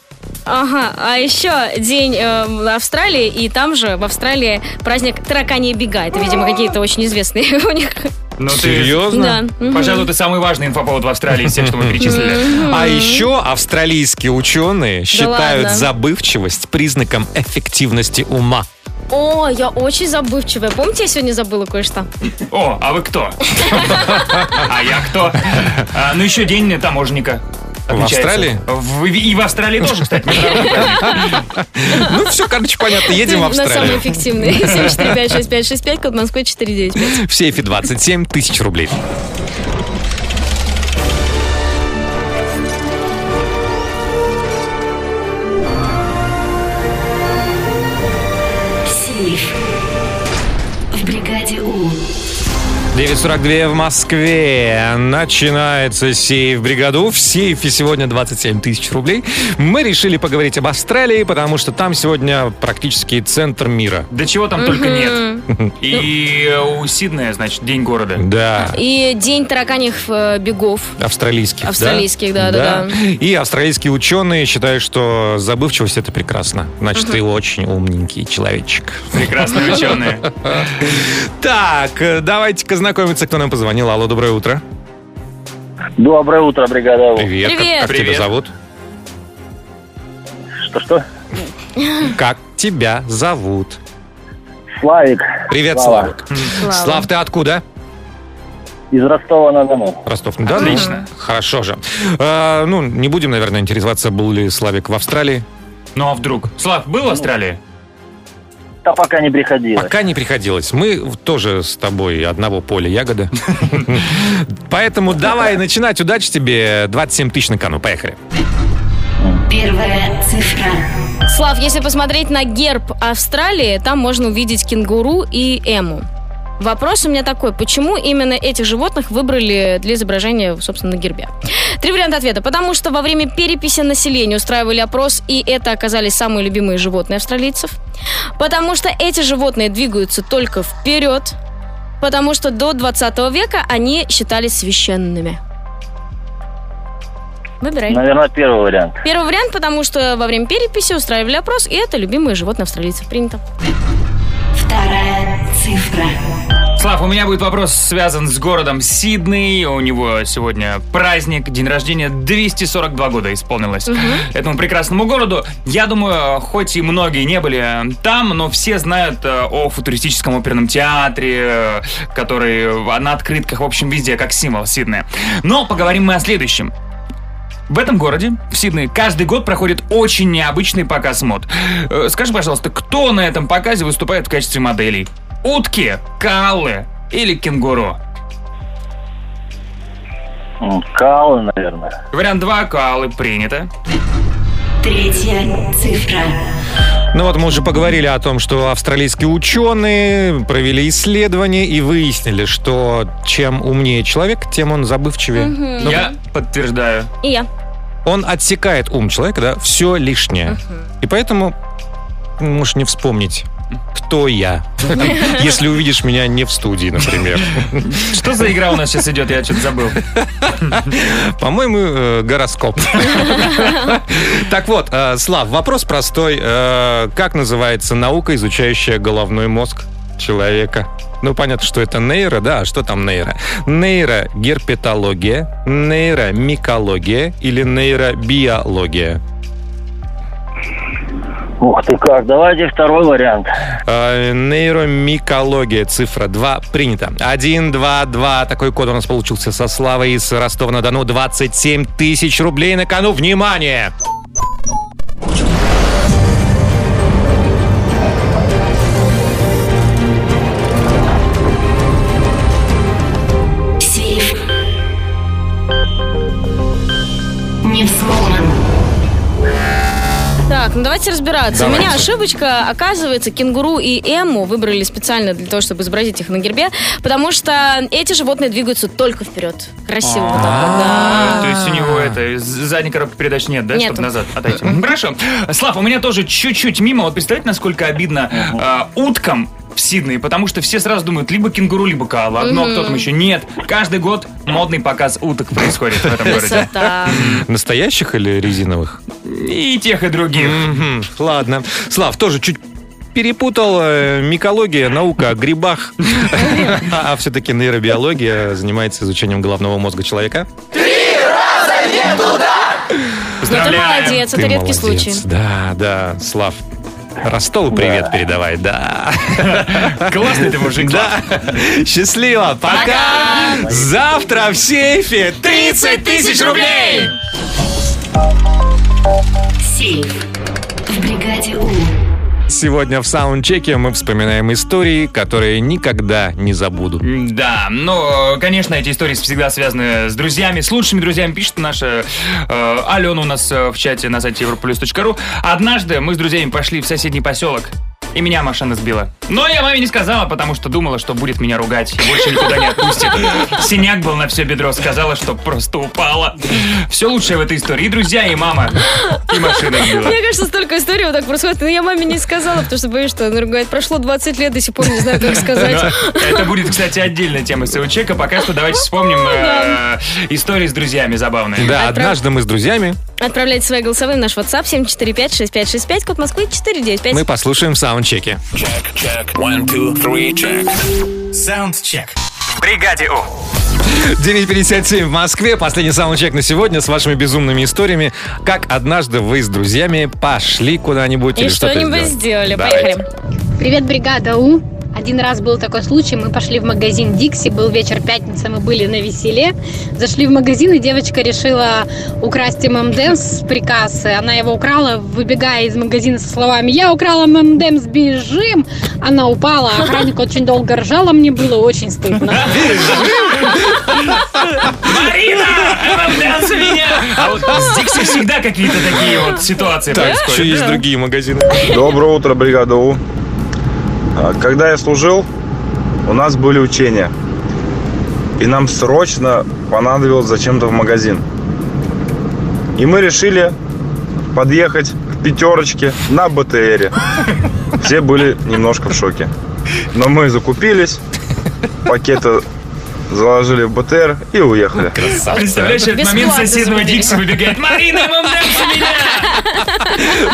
Speaker 3: Ага, а еще день э, в Австралии, и там же в Австралии праздник тараканье бега. Это, видимо, какие-то очень известные у них.
Speaker 2: Ну, ты-
Speaker 1: Серьезно?
Speaker 3: Да. Мгм.
Speaker 2: Пожалуй, ты самый важный инфоповод в Австралии из всех, что мы перечислили.
Speaker 1: А еще австралийские ученые считают
Speaker 3: ладно?
Speaker 1: забывчивость признаком эффективности ума.
Speaker 3: О, я очень забывчивая. Помните, я сегодня забыла кое-что?
Speaker 2: О, а вы кто? А я кто? А, Ну, еще день таможенника.
Speaker 1: В
Speaker 2: отмечается.
Speaker 1: Австралии?
Speaker 2: В- И в Австралии тоже, кстати. не правда?
Speaker 1: Ну все, короче, понятно, едем в
Speaker 3: На самый
Speaker 1: Австралию.
Speaker 3: эффективный. 7456565, код Москвы 495.
Speaker 1: В сейфе 27 тысяч рублей.
Speaker 6: Сейф. В бригаде У.
Speaker 1: 9.42 в Москве. Начинается сейф бригаду. В сейфе сегодня 27 тысяч рублей. Мы решили поговорить об Австралии, потому что там сегодня практически центр мира.
Speaker 2: Да чего там только нет. И у Сиднея, значит, день города.
Speaker 1: Да.
Speaker 3: И день тараканьих э, бегов.
Speaker 1: Австралийских. да?
Speaker 3: Австралийских, да, да, да.
Speaker 1: И австралийские ученые считают, что забывчивость это прекрасно. Значит, ты очень умненький человечек.
Speaker 2: Прекрасные ученые.
Speaker 1: Так, э, давайте-ка знакомиться, кто нам позвонил. Алло, доброе утро.
Speaker 15: Доброе утро, бригада.
Speaker 1: Привет.
Speaker 15: Привет.
Speaker 1: Как- Как, тебя
Speaker 15: Привет.
Speaker 1: зовут?
Speaker 15: Что-что?
Speaker 1: Как тебя зовут?
Speaker 15: Славик.
Speaker 1: Привет,
Speaker 15: Слава.
Speaker 1: Славик. Слав, ты откуда?
Speaker 15: Из Ростова-на-Дону.
Speaker 1: Ростов. Да,
Speaker 2: Отлично.
Speaker 1: Хорошо же. Э, ну, не будем, наверное, интересоваться, был ли Славик в Австралии.
Speaker 2: Ну а вдруг? Слав, был в Австралии?
Speaker 15: Да пока не приходилось.
Speaker 1: Пока не приходилось. Мы в- тоже с тобой одного поля ягоды. Поэтому давай начинать. Удачи тебе. 27 тысяч на кону. Поехали.
Speaker 6: Первая цифра.
Speaker 3: Слав, если посмотреть на герб Австралии, там можно увидеть кенгуру и эму. Вопрос у меня такой, почему именно этих животных выбрали для изображения, собственно, на гербе? Три варианта ответа. Потому что во время переписи населения устраивали опрос, и это оказались самые любимые животные австралийцев. Потому что эти животные двигаются только вперед. Потому что до 20 века они считались священными. Выбирай.
Speaker 15: Наверное, первый вариант.
Speaker 3: Первый вариант, потому что во время переписи устраивали опрос, и это любимое животное австралийцев принято.
Speaker 6: Вторая цифра.
Speaker 2: Слав, у меня будет вопрос связан с городом Сидней. У него сегодня праздник, день рождения, 242 года исполнилось
Speaker 6: Мгм.
Speaker 2: этому прекрасному городу. Я думаю, хоть и многие не были э, там, но все знают э, о футуристическом оперном театре, э, который в- на открытках, в общем, везде, как символ Сиднея. Но поговорим мы о следующем. В этом городе, в Сиднее, каждый год проходит очень необычный показ мод. Э, Скажи, пожалуйста, кто на этом показе выступает в качестве моделей? Утки, калы или кенгуру?
Speaker 15: Калы, наверное.
Speaker 2: Вариант 2 – калы, принято.
Speaker 6: Третья цифра.
Speaker 1: Ну вот мы уже поговорили о том, что австралийские ученые провели
Speaker 3: Ну
Speaker 1: исследование и выяснили, что чем умнее человек, тем он забывчивее.
Speaker 2: Я Подтверждаю.
Speaker 3: И я.
Speaker 1: Он отсекает ум человека, да, все лишнее. И поэтому можешь не вспомнить, кто я, если увидишь меня не в студии, например.
Speaker 2: Что за игра у нас сейчас идет? Я что-то забыл.
Speaker 1: По-моему, э, гороскоп. Так вот, э, Слав, вопрос простой. Э, Как называется наука, изучающая головной мозг человека? Ну, понятно, что это нейро, да, а что там нейро? Нейрогерпетология, нейромикология или нейробиология?
Speaker 15: Ух ты как, давайте второй вариант.
Speaker 1: Э, Нейромикология, цифра 2, принято. 1, 2, 2. Такой код у нас получился со Славой из Ростова-на-Дону. 27 тысяч рублей на кону. Внимание!
Speaker 20: Сейф. Не взломан.
Speaker 3: Так, ну давайте разбираться. У меня
Speaker 20: Давайте.
Speaker 3: ошибочка. Оказывается, кенгуру и эму выбрали специально для того, чтобы изобразить их на гербе, потому что эти животные двигаются только вперед. Красиво. вот так вот, да.
Speaker 2: То есть у него это задней коробки передач нет, да,
Speaker 3: А. Нету.
Speaker 2: чтобы назад отойти. Хорошо. Слав, у меня тоже чуть-чуть мимо. Вот представляете, насколько обидно а, уткам в Сиднее, потому что все сразу думают либо кенгуру, либо коала. Одно,
Speaker 3: Мгм.
Speaker 2: кто там еще. Нет. Каждый год модный показ уток происходит в этом городе.
Speaker 3: Красота.
Speaker 1: Настоящих или резиновых?
Speaker 2: И тех, и других.
Speaker 1: Ладно. Слав, тоже чуть перепутал. Э, Микология, наука о грибах. А все-таки нейробиология занимается изучением головного мозга человека.
Speaker 3: Ну ты молодец, это
Speaker 1: Ты
Speaker 3: редкий
Speaker 1: молодец.
Speaker 3: случай.
Speaker 1: Да, да, Слав. Ростову привет передавай, да.
Speaker 2: Классный ты мужик.
Speaker 1: Да. Счастливо, пока. Завтра в сейфе 30 тысяч рублей.
Speaker 20: Сейф. В бригаде У.
Speaker 1: Сегодня в саундчеке мы вспоминаем истории, которые никогда не забуду.
Speaker 2: Да, ну, э, конечно, эти истории всегда связаны с друзьями, с лучшими друзьями, пишет наша э, Алена у нас э, в чате на сайте europlus.ru. Однажды мы с друзьями пошли в соседний поселок, и меня машина сбила. Но я маме не сказала, потому что думала, что будет меня ругать и больше никуда не отпустит. Синяк был на все бедро, сказала, что просто упала. Все лучшее в этой истории. И друзья, и мама, и машина сбила.
Speaker 3: Мне кажется, столько историй вот так происходит. Но я маме не сказала, потому что боюсь, что она ругает. Прошло 20 лет, до сих пор не знаю, как сказать.
Speaker 2: Да. Это будет, кстати, отдельная тема СУЧК. Пока что давайте вспомним э, истории с друзьями забавные.
Speaker 1: Да, однажды мы с друзьями,
Speaker 3: Отправляйте свои голосовые в наш WhatsApp 745-6565, код Москвы 495.
Speaker 1: мы послушаем в саундчеке.
Speaker 13: Check, one, two, three, check.
Speaker 4: Саундчек. В бригаде У.
Speaker 1: 9.57 в Москве. Последний саундчек на сегодня с вашими безумными историями. Как однажды вы с друзьями пошли куда-нибудь
Speaker 3: И
Speaker 1: или что-то
Speaker 3: что-нибудь сделали.
Speaker 1: Давайте.
Speaker 3: Поехали.
Speaker 21: Привет, бригада У. Один раз был такой случай, мы пошли в магазин Дикси, был вечер пятница, мы были на веселе. Зашли в магазин, и девочка решила украсть ММДМС с прикассы. Она его украла, выбегая из магазина со словами «Я украла ММДМС, бежим!» Она упала, охранник очень долго ржал, а мне было очень стыдно.
Speaker 2: Марина, обновляться меня! А вот с Дикси всегда какие-то такие вот ситуации
Speaker 1: Так,
Speaker 2: происходят.
Speaker 1: еще есть другие магазины.
Speaker 22: Доброе утро, бригада У. А, Когда я служил, у нас были учения. И нам срочно понадобилось зачем-то в магазин. И мы решили подъехать к пятерочке на БТРе. Все были немножко в шоке. Но мы закупились, пакеты заложили в БТР и уехали.
Speaker 2: Представляешь, этот момент соседного Дикси выбегает. Марина, обновляться меня!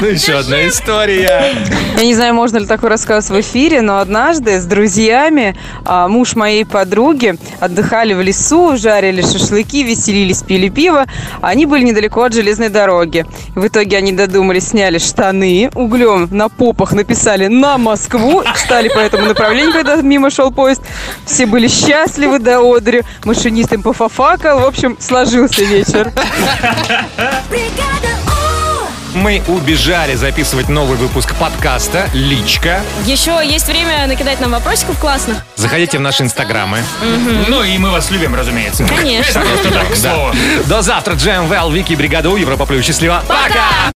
Speaker 1: Ну, еще одна история.
Speaker 10: Я не знаю, можно ли такой рассказ в эфире, но однажды с друзьями а, муж моей подруги отдыхали в лесу, жарили шашлыки, веселились, пили пиво. Они были недалеко от железной дороги. В итоге они додумались, сняли штаны, углем на попах написали «на Москву», стали по этому направлению, когда мимо шел поезд. Все были счастливы до одри, машинист им пофафакал. В общем, сложился вечер.
Speaker 1: Мы убежали записывать новый выпуск подкаста «Личка».
Speaker 3: Еще есть время накидать нам вопросиков классных.
Speaker 1: Заходите в наши инстаграмы.
Speaker 2: Ну и мы вас любим, разумеется.
Speaker 3: Конечно.
Speaker 2: Это просто так, к
Speaker 1: Да.
Speaker 2: слову.
Speaker 1: До завтра, Джем Вэл, Вики, Бригада У, Европа Плюс. Счастливо.
Speaker 2: Пока!